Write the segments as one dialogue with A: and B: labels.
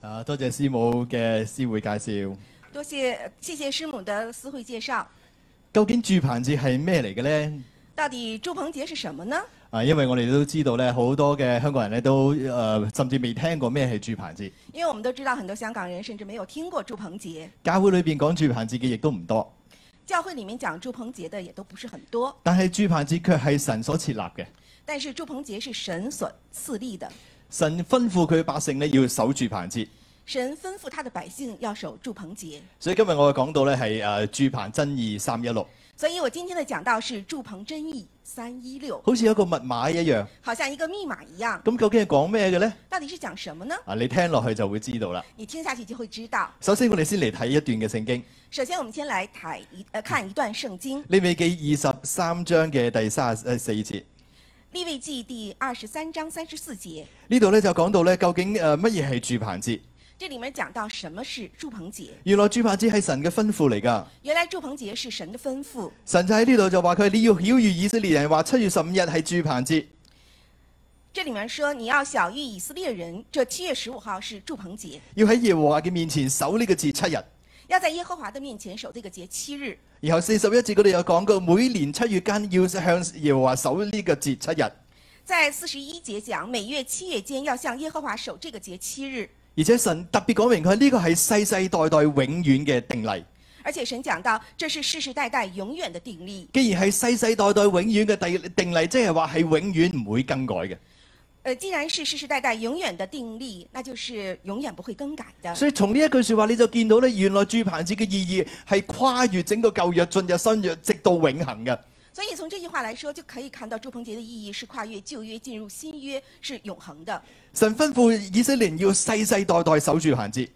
A: 啊，多謝師母嘅詩會介紹。
B: 多谢谢谢师母的私会介绍。
A: 究竟住棚節係咩嚟嘅呢？
B: 到底祝棚节是什么呢？
A: 啊，因為我哋都知道咧，好多嘅香港人咧都誒、呃甚至未聽過咩係住棚節。
B: 因为我们都知道，很多香港人甚至没有听过祝棚节，
A: 教會裏邊講住棚節嘅亦都唔多，
B: 教会里面讲祝棚节的也都不是很多。
A: 但係住棚節卻係神所設立嘅。
B: 但是祝棚节是神所赐立的，
A: 神吩咐佢百姓咧要守住棚節，
B: 神吩咐他的百姓要守祝棚节。
A: 所以今日我會講到咧係誒住棚爭議三一六，
B: 所以我今天的讲道是祝棚真义三一六，
A: 好似有一個密碼一樣。
B: 好像一个密码一样。
A: 咁究竟係講咩嘅呢？
B: 到底是讲什么呢？
A: 啊，你聽落去就會知道啦。
B: 你听下去就会知道。
A: 首先我哋先嚟睇一段嘅聖經，
B: 首先，我们先来睇一呃看一段圣经《
A: 利未記二十三章嘅第三十四節。
B: 利未记》第二十三章三十四节，
A: 呢度咧就講到咧，究竟誒呃乜嘢係住棚節？
B: 这里面讲到什么是祝棚节。
A: 原來住棚節係神嘅吩咐嚟㗎。
B: 原来祝棚节是神的吩咐，
A: 神就喺呢度就話佢你要曉喻以色列人話七月十五日係住棚節。
B: 这里面说你要小谕以色列人，这七月十五号是祝棚节，
A: 要喺耶和華嘅面前守呢個節七日。
B: 要在耶和华的面前守这个节七日。
A: 然後四十一節嗰度有講過，每年七月間要向耶和華守呢個節七日，
B: 在四十一节讲，每月七月间要向耶和华守这个节七日，
A: 而且神特別講明佢呢個係世世代代永遠嘅定例。
B: 而且神讲到这是世世代代永远的定例。
A: 既然係世世代代永遠嘅定定例，即係話係永遠唔會更改嘅。
B: 呃，既然是世世代代永远的定例，那就是永远不会更改的。
A: 所以從呢一句説話，你就見到咧，原來住棚節嘅意義係跨越整個舊約進入新約，直到永恆嘅。
B: 所以从这句话来说，就可以看到祝棚节的意义是跨越旧约进入新约，是永恒的。
A: 神吩咐以色列人要世世代代守住棚節。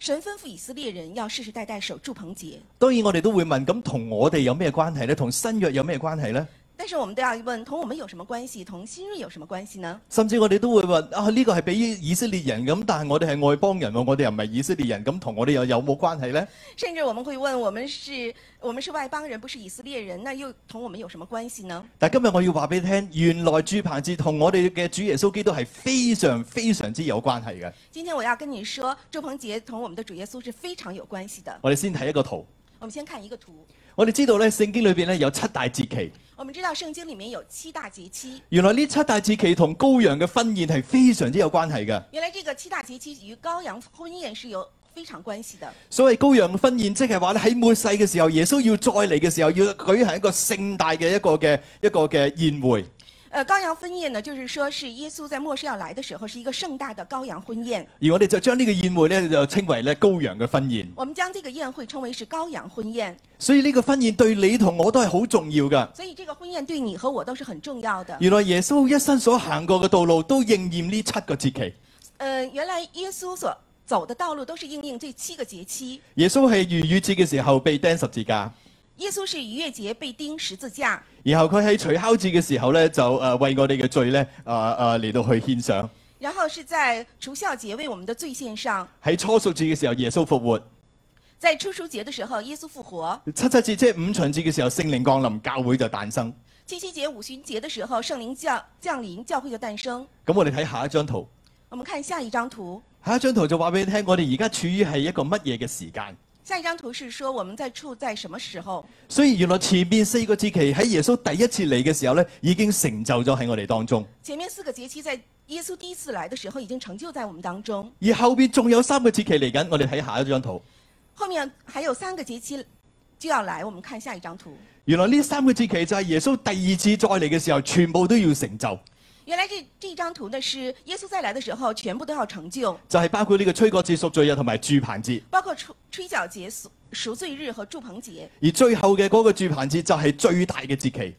B: 神吩咐以色列人要世世代代守祝棚节，
A: 當然我哋都會問，咁同我哋有咩關係呢？同新約有咩關係呢？
B: 但是我们都要问，同我们有什么关系？同新锐有什么关系呢？
A: 甚至我哋都會問啊，呢、個係俾以色列人咁，但係我哋係外邦人喎，我哋又唔係以色列人，咁同我哋又有冇關係呢？
B: 甚至我们会问，我们是我们是外邦人，不是以色列人，那又同我们有什么关系呢？
A: 但今日我要話俾你聽，原來住棚節同我哋嘅主耶穌基督係非常非常之有關係嘅。
B: 今天我要跟你说，祝棚节同我们的主耶稣是非常有关系的。
A: 我哋先睇一個圖，
B: 我们先看一个图，
A: 我哋知道咧，聖經裏邊咧有七大節期。
B: 我们知道圣经里面有七大节期，
A: 原來呢七大節期同羔羊嘅婚宴係非常之有關係嘅。
B: 原来这个七大节期与羔羊婚宴是有非常关系的。
A: 所謂羔羊嘅婚宴，即係話咧喺末世嘅時候，耶穌要再嚟嘅時候，要舉行一個盛大嘅一個嘅一個嘅宴會。
B: 呃，羔羊婚宴呢，就是说是耶稣在末世要来的时候，是一个盛大的羔羊婚宴。
A: 而我哋就將呢個宴會咧就稱為咧羔羊嘅婚宴。
B: 我们将这个宴会称为是羔羊婚宴，
A: 所以呢個婚宴對你同我都係好重要㗎。
B: 所以这个婚宴对你和我都是很重要的。
A: 原來耶穌一生所行過嘅道路都應驗呢七個節期。
B: 呃，原来耶稣所走的道路都是应应这七个节期。
A: 耶穌係逾越節嘅時候被釘十字架，
B: 耶稣是逾越节被钉十字架，
A: 然後佢喺除酵節嘅時候咧就誒、呃、為我哋嘅罪咧誒誒嚟到去獻上。
B: 然后是在除孝节为我們的罪献上，
A: 喺初熟節嘅時候，耶穌復活；
B: 在初熟节的时候，耶穌复活；
A: 七七節即係五旬節嘅時候，聖靈降臨，教會就誕生。
B: 七夕节、五旬节的时候，圣灵降降临，教会的诞生。
A: 咁我哋睇下一張圖，
B: 我們看下一張圖，
A: 下一張圖就話俾你聽，我哋而家處於係一個乜嘢嘅時間？
B: 下一張圖是說我們在處在什么時候？
A: 所以原來前面四個節期喺耶穌第一次嚟嘅時候咧，已經成就咗喺我哋當中。
B: 前面四个节期在耶穌第一次来的时候已经成就在我們当中，
A: 而後邊仲有三個節期嚟緊，我哋睇下一張圖。
B: 后面还有三个节期就要来。我們看下一張圖，
A: 原來呢三個節期就係耶穌第二次再嚟嘅時候，全部都要成就，
B: 原来这这张图呢是耶穌再來的时候全部都要成就，
A: 就係、包括呢個吹角節、贖罪日同埋住棚節。
B: 包括吹吹角节、赎赎罪日和祝棚节。
A: 而最後嘅嗰個住棚節就係最大嘅節期。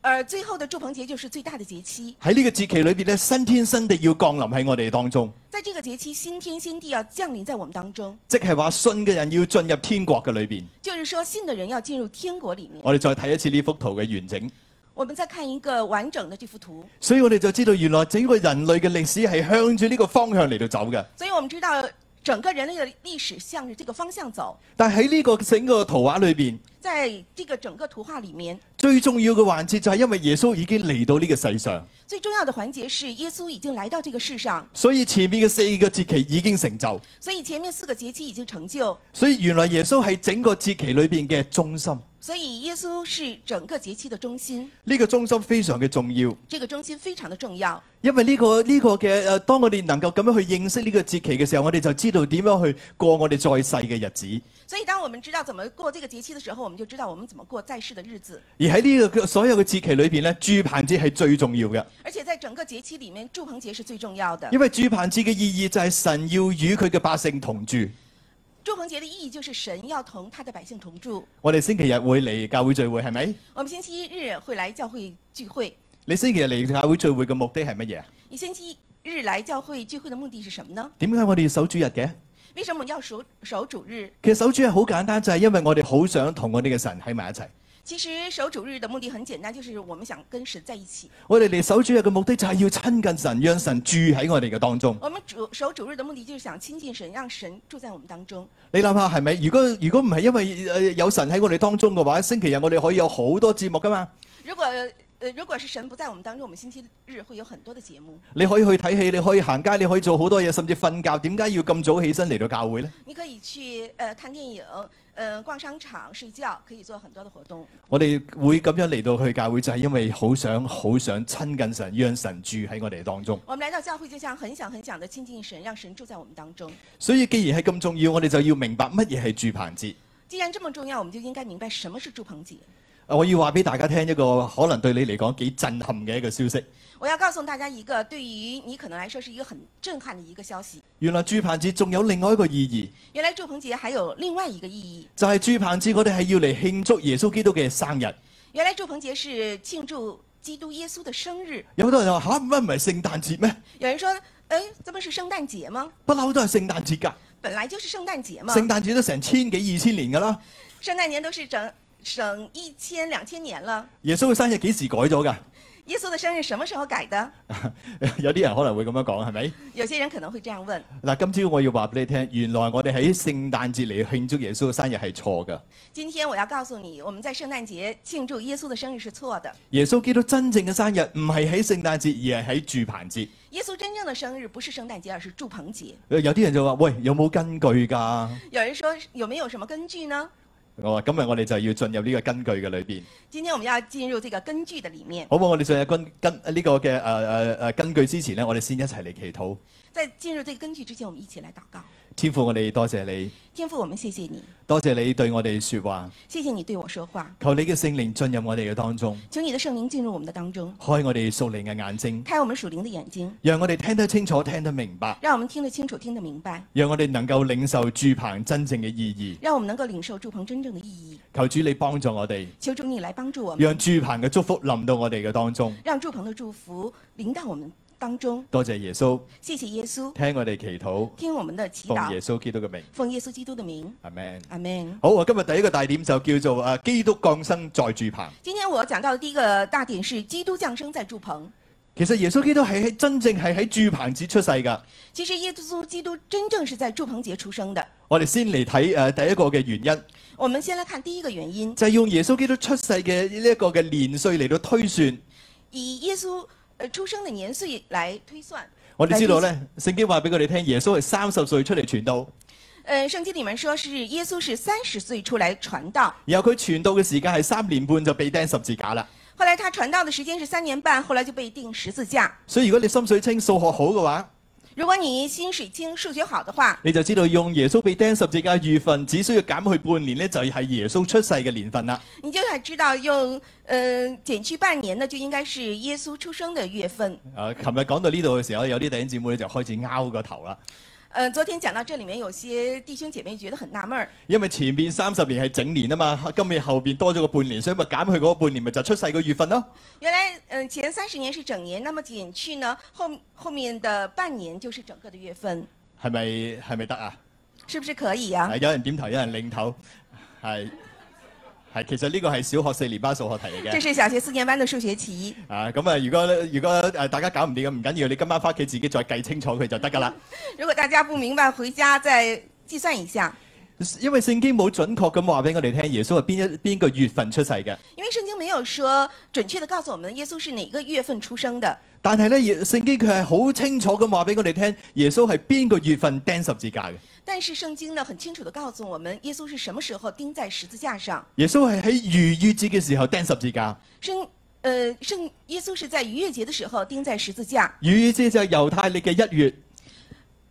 B: 而最后的祝棚节就是最大的节期，
A: 喺呢個節期裏邊咧，新天新地要降臨喺我哋當中，
B: 在这个节期，新天新地要降临在我们当中，
A: 即係話信嘅人要進入天國嘅裏邊。
B: 就是说，信的人要進入天国里面。
A: 我哋再睇一次呢幅圖嘅完整，
B: 我们再看一個完整的这幅圖，
A: 所以我哋就知道原來整個人類嘅歷史係向住呢個方向嚟到走嘅。
B: 所以我们知道整个人类的历史向着这个方向走。
A: 但喺呢個整個圖畫裏邊，
B: 在这个整个圖畫里面，
A: 最重要嘅環節就係因為耶穌已經嚟到呢個世上，
B: 最重要的环节是耶穌已經來到這個世上，
A: 所以前面嘅四個節期已經成就。
B: 所以前面四個節期已經成就，
A: 所以原來耶穌係整個節期裏邊嘅中心，呢、
B: 所以耶穌是整個節期的中心。
A: 個中心非常嘅重要。
B: 这個中心非常的重要，
A: 因為呢、個呢、個嘅誒、呃，當我哋能夠咁樣去認識呢個節期嘅時候，我哋就知道點樣去過我哋在世嘅日子。
B: 所以当我們知道怎麼過這個節期的時候，我們就知道我們怎麼過在世的日子。
A: 而喺呢個嘅所有嘅節期裏邊咧，住棚節係最重要嘅，
B: 而且在整個節期里面，祝棚節是最重要的。
A: 因為住棚節嘅意義就係神要與佢嘅百姓同住。
B: 祝棚節的意義就是神要同他的百姓同住。
A: 我哋星期日會嚟教會聚會係咪？
B: 我們星期一日會來教會聚會，
A: 你星期日嚟教會聚會嘅目的係乜嘢啊？
B: 你星期日來教會聚會的目的是什麼呢？
A: 點解我哋要守主日嘅？
B: 為什麼我們要守守主日？
A: 其實守主日好簡單，就係、因為我哋好想同我哋嘅神喺埋一齊。
B: 其實守主日的目的很簡單，就是我們想跟神在一起。
A: 我哋嚟守主日嘅目的就係要親近神，讓神住喺我哋嘅當中。
B: 我們主守主日的目的就是想親近神，讓神住在我們當中。
A: 你諗下係咪？如果如果唔係因為呃有神喺我哋當中嘅話，星期日我哋可以有好多節目噶嘛。
B: 如果呃如果是神不在我們當中，我們星期日會有很多的節目。
A: 你可以去睇戲，你可以行街，你可以做好多嘢，甚至瞓覺。點解要咁早起身嚟到教會呢？
B: 你可以去呃看電影，呃逛商場、睡覺，可以做很多的活動。
A: 我哋會咁樣嚟到去教會，就係因為好想好想親近神，讓神住喺我哋當中。
B: 我們來到教會，就像很想很想的親近神，讓神住在我們當中。
A: 所以既然係咁重要，我哋就要明白乜嘢係住棚節。
B: 既然這麼重要，我們就應該明白什麼是住棚節。
A: 啊我要話俾大家聽一個可能對你嚟講幾震撼嘅一個消息。
B: 我要告訴大家一個對於你可能來說是一個很震撼的一個消息。
A: 原來住棚節仲有另外一個意義，
B: 原來祝棚節還有另外一個意義。
A: 就係、住棚節我哋係要嚟慶祝耶穌基督嘅生日。
B: 原來祝棚節是慶祝基督耶穌的生日。
A: 有好多人就話吓，乜唔係聖誕節咩？
B: 有人說，哎，這不是聖誕節嗎？
A: 不嬲都係聖誕節㗎，
B: 本來就是聖誕節嘛。
A: 聖誕節都成千幾二千年㗎啦。
B: 聖誕年都是整整一千兩千年了。
A: 耶穌嘅生日幾時改咗㗎？
B: 耶穌的生日什麼時候改的？
A: 有啲人可能會咁樣講，係咪？
B: 有些人可能會這樣問。
A: 嗱，今朝我要話俾你聽，原來我哋喺聖誕節嚟慶祝耶穌嘅生日係錯㗎。
B: 今天我要告訴你，我們在聖誕節慶祝耶穌的生日是錯的。
A: 耶穌基督真正嘅生日唔係喺聖誕節，而係喺住棚節。
B: 耶穌真正的生日不是聖誕節，而是祝棚節。
A: 有啲人就話：喂，有冇根據㗎？
B: 有人說有沒有什麼根據呢？
A: 我話今日我哋就要進入呢個根據嘅裏邊，
B: 今天我們要進入這個根據的裡面。
A: 好唔好？我哋進入根根呢個嘅誒誒誒根據之前呢，我哋先一齊嚟祈禱。
B: 在進入這個根據之前，我們一起來禱告。
A: 天父，我哋多謝你，
B: 天父，我們謝謝你，
A: 多謝你對我哋説話。
B: 謝謝你對我說話。
A: 求你嘅聖靈進入我哋嘅當中，
B: 求你的聖靈進入我們的當中，
A: 開我哋屬靈嘅眼睛，
B: 開我們屬靈的眼睛，
A: 讓我哋聽得清楚、聽得明白，
B: 讓我們聽得清楚、聽得明白，
A: 讓我哋能夠領受住棚真正嘅意義。
B: 讓我們能夠領受祝棚真正的意義。
A: 求主你幫助我哋，
B: 求主你來幫助我們，
A: 讓住棚嘅祝福臨到我哋嘅當中。
B: 讓祝棚的祝福臨到我們當中。
A: 多謝耶穌，
B: 謝謝耶穌，
A: 聽我哋祈禱，
B: 聽我們的祈
A: 奉耶
B: 禱，
A: 穌基督嘅名，
B: 奉耶穌基督的名，
A: 阿 Man。
B: 阿門。
A: 好，啊我今日第一個大點就叫做誒、啊基督降生在住棚。
B: 今天我講到的第一個大點是基督降生在祝棚。
A: 其實耶穌基督係喺真正係喺住棚節出世㗎。
B: 其實耶穌基督真正是在祝棚節出生的。
A: 我哋先嚟睇誒第一個嘅原因，
B: 我們先來看第一個原因，
A: 就係、用耶穌基督出世嘅呢一個嘅年歲嚟到推算。
B: 以耶穌呃出生的年歲來推算。
A: 我哋知道咧，聖經話俾我哋聽，耶穌係三十歲出嚟傳道，
B: 呃，聖經裡面說是耶穌是三十歲出來傳道，
A: 然後佢傳道嘅時間係三年半就被釘十字架啦。
B: 後來他傳道的時間是三年半，後來就被定十字架。
A: 所以如果你心水清、數學好嘅話，
B: 如果你心水清、數學好的話，
A: 你就知道用耶穌被釘十字架嘅月份，只需要減去半年呢，就係耶穌出世嘅年份啦。
B: 你就想知道用呃減去半年呢，就應該是耶穌出生的月份。
A: 啊，琴日講到呢度嘅時候，有啲弟兄姊妹咧就開始拗個頭啦，
B: 呃，昨天講到這裡面，有些弟兄姐妹覺得很納悶兒，
A: 因為前邊三十年係整年啊嘛，今年後邊多咗個半年，所以咪減去嗰個半年，咪就出世個月份咯。
B: 原來呃前三十年是整年，那麼減去呢後後面的半年就是整個的月份，
A: 係咪係咪得啊？
B: 是不是可以
A: 啊
B: 啊？
A: 有人點頭，有人擰頭，係係其實呢個係小學四年班數學題嚟
B: 这
A: 嘅。
B: 是小学四年班的数学题。
A: 啊，咁啊，如果如果誒大家搞唔掂嘅，唔緊要，你今晚翻屋企自己再計清楚佢就得㗎啦。
B: 如果大家不明白，回家再计算一下。
A: 因為聖經冇準確咁話俾我哋聽，耶穌係邊一邊個月份出世嘅。
B: 因为圣经没有说准确的告诉我们耶稣是哪个月份出生的，
A: 但係咧，耶聖經佢係好清楚咁話俾我哋聽，耶穌係邊個月份釘十字架嘅。
B: 但是圣经呢很清楚的告诉我们耶稣是什么时候钉在十字架上。
A: 耶穌係喺逾越節嘅時候釘十字架。
B: 圣呃圣耶稣是在逾越节的时候钉在十字架，
A: 逾越節就係猶太歷嘅一月，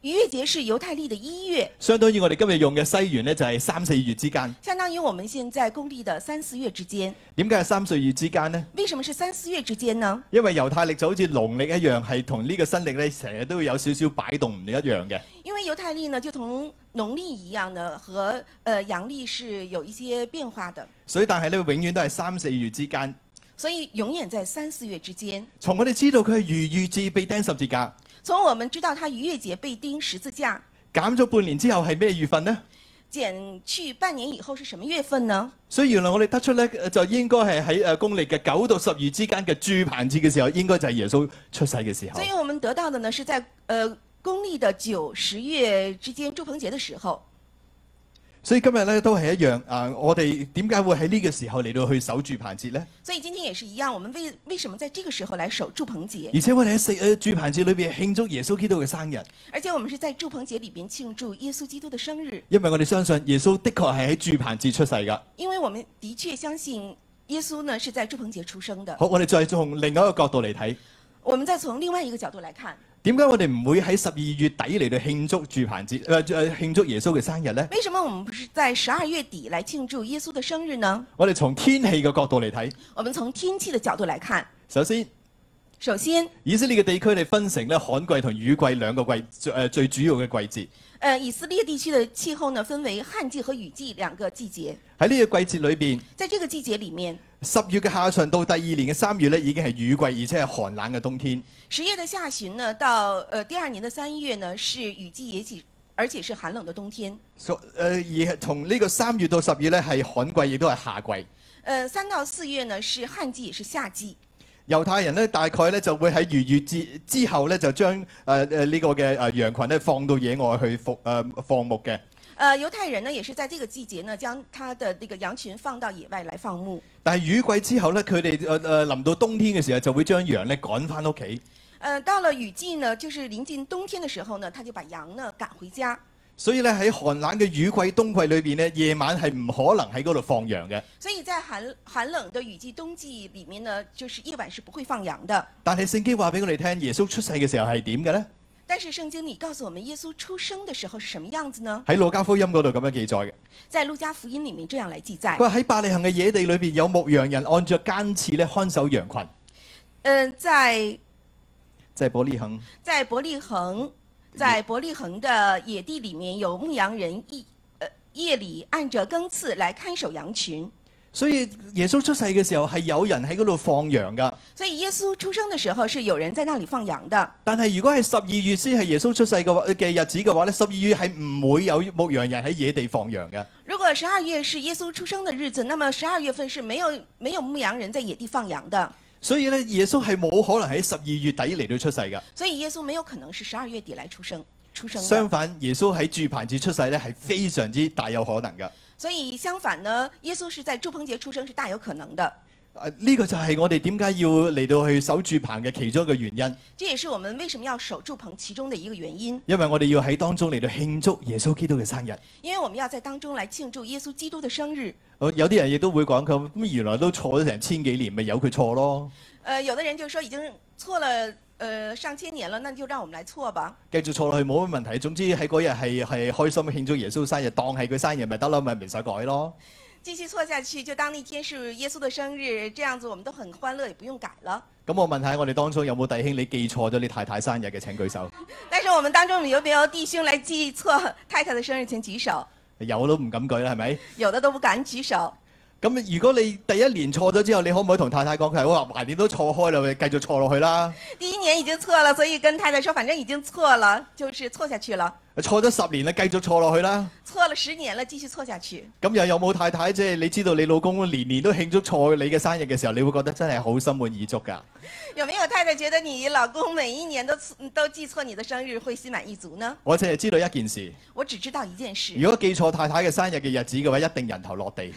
B: 逾越节是犹太历的一月，
A: 相當於我哋今日用嘅西元咧，就係三四月之間。
B: 相当于我们现在公历的三四月之间。
A: 點解係三四月之間呢？
B: 为什么是三四月之间呢？
A: 因為猶太歷就好似農曆一樣，係同呢個新曆咧，成日都會有少少擺動唔一樣嘅。
B: 因为犹太历呢，就同农历一样呢，和呃阳历是有一些变化的，
A: 所以但係咧，永遠都係三四月之間。
B: 所以永远在三四月之间。
A: 從我哋知道佢係逾越節被釘十字架，
B: 从我们知道他逾越节被钉十字架，
A: 減咗半年之後係咩月份呢？
B: 减去半年以后是什么月份呢？
A: 所以原來我哋得出咧，呃就應該係喺誒公歷嘅九到十二之間嘅住棚節嘅時候，應該就係耶穌出世嘅時候
B: 所以。我们得到的呢是在呃公历的九十月之间祝棚节的时候。
A: 所以今日咧都係一樣啊！我哋點解會喺呢個時候嚟到去守住棚節呢？
B: 所以今天也是一样，我们为为什么在这个时候来守祝棚节？
A: 而且我哋喺四呃誒住棚節裏邊慶祝耶穌基督嘅生日，
B: 而且我们是在祝棚节里边庆祝耶穌基督的生日，
A: 因為我哋相信耶穌的確係喺住棚節出世㗎。
B: 因为我们的确相信耶穌呢是在祝棚节出生的。
A: 好，我哋再從另外一個角度嚟睇，
B: 我们再從另外一个角度来看，
A: 點解我哋唔會喺十二月底嚟到慶祝住棚節誒誒慶祝耶穌嘅生日呢？
B: 为什么我们不是在十二月底来慶祝耶穌的生日呢？
A: 我哋從天氣嘅角度嚟睇，
B: 我们從天氣的角度来看，
A: 首先。
B: 首先，
A: 以色列嘅地區你分成咧旱季同雨季兩個季最誒最主要嘅季節。
B: 呃，以色列地区的气候呢分為旱季和雨季两個季節，
A: 喺呢個季節裏邊，
B: 在这個季節里面，
A: 十月嘅下旬到第二年嘅三月咧已經係雨季，而且係寒冷嘅冬天。
B: 十月的下旬呢到呃第二年的三月呢是雨季，也起而且是寒冷的冬天。
A: 所誒而從呢個三月到十月咧係旱季，亦都係夏季。
B: 呃，三到四月呢是旱季，也是夏季。
A: 猶太人咧大概咧就會喺逾越節之後咧就將誒誒呢個嘅誒羊群咧放到野外去服誒、呃放牧嘅。
B: 呃，犹太人呢也是在这个季节呢，将他的那个羊群放到野外来放牧。
A: 但係雨季之後咧，佢哋誒誒臨到冬天嘅時候就會將羊咧趕翻屋企。
B: 呃，到了雨季呢，就是临近冬天的时候呢，他就把羊呢赶回家。
A: 所以咧喺寒冷嘅雨季、冬季裏邊咧，夜晚係唔可能喺嗰度放羊嘅。
B: 所以在寒寒冷的雨季、冬季里面呢，就是夜晚是不会放羊的。
A: 但係聖經話俾我哋聽，耶穌出世嘅時候係點嘅呢？
B: 但是圣经里告诉我们，耶稣出生的时候是什么样子呢？
A: 喺路加福音嗰度咁樣記載嘅。
B: 在路加福音里面这样来记载
A: 佢。話喺伯利恆嘅野地裏邊，有牧羊人按着間次咧看守羊群，
B: 嗯、在
A: 即係伯利恆。
B: 在伯利恒，在伯利恒的野地里面有牧羊人一呃夜里按着更次来看守羊群。
A: 所以耶穌出世嘅時候係有人喺嗰度放羊㗎。
B: 所以耶稣出生的时候是有人在那里放羊的。
A: 但係如果係十二月先係耶穌出世嘅話嘅日子嘅話咧，十二月係唔會有牧羊人喺野地放羊嘅。
B: 如果十二月是耶稣出生的日子，那么十二月份是没有没有牧羊人在野地放羊的。
A: 所以咧，耶穌係冇可能喺十二月底嚟到出世㗎。
B: 所以耶稣没有可能是十二月底来出生出生
A: 相
B: 的。
A: 反，耶穌喺住棚節出世咧，係非常之大有可能噶。
B: 所以相反呢，耶稣是在祝棚节出生是大有可能的。
A: 啊呢、個就係我哋點解要嚟到去守住棚嘅其中一個原因，
B: 这也是我们为什么要守住棚其中的一个原因，
A: 因為我哋要喺當中嚟到慶祝耶穌基督嘅生日。
B: 因为我们要在当中来庆祝耶稣基督的生日。
A: 好有啲人亦都會講佢咁原來都錯咗成千幾年，咪由佢錯咯，
B: 呃，有的人就说已经错了，呃，上千年了，那就让我们來錯吧。
A: 繼續錯落去冇乜問題。總之喺嗰日係係開心慶祝耶穌生日，當係佢生日咪得咯，咪唔使改咯。
B: 繼續錯下去，就當那天是耶穌的生日，這樣子我們都很歡樂，也不用改了。
A: 咁我問下我哋當中有冇弟兄你記錯咗你太太生日嘅？請舉手。
B: 但是我們當中有沒有弟兄來記錯太太的生日？請舉手。
A: 有都唔敢舉啦，係咪？
B: 有的都不敢舉手。
A: 咁如果你第一年錯咗之後，你可唔可以同太太講佢係哇，懷念都錯開啦，咪繼續錯落去啦？
B: 第一年已經錯了，所以跟太太說，反正已經錯了，就是錯下去了。
A: 錯咗十年啦，繼續錯落去啦。
B: 错了十年了，继续错下去。
A: 咁又有冇太太即係你知道你老公年年都慶祝錯你嘅生日嘅時候，你會覺得真係好心滿意足㗎。
B: 有没有太太觉得你老公每一年都错都记错你的生日，会心满意足呢？
A: 我淨係知道一件事，
B: 我只知道一件事，
A: 如果記錯太太嘅生日嘅日子嘅話，一定人頭落地。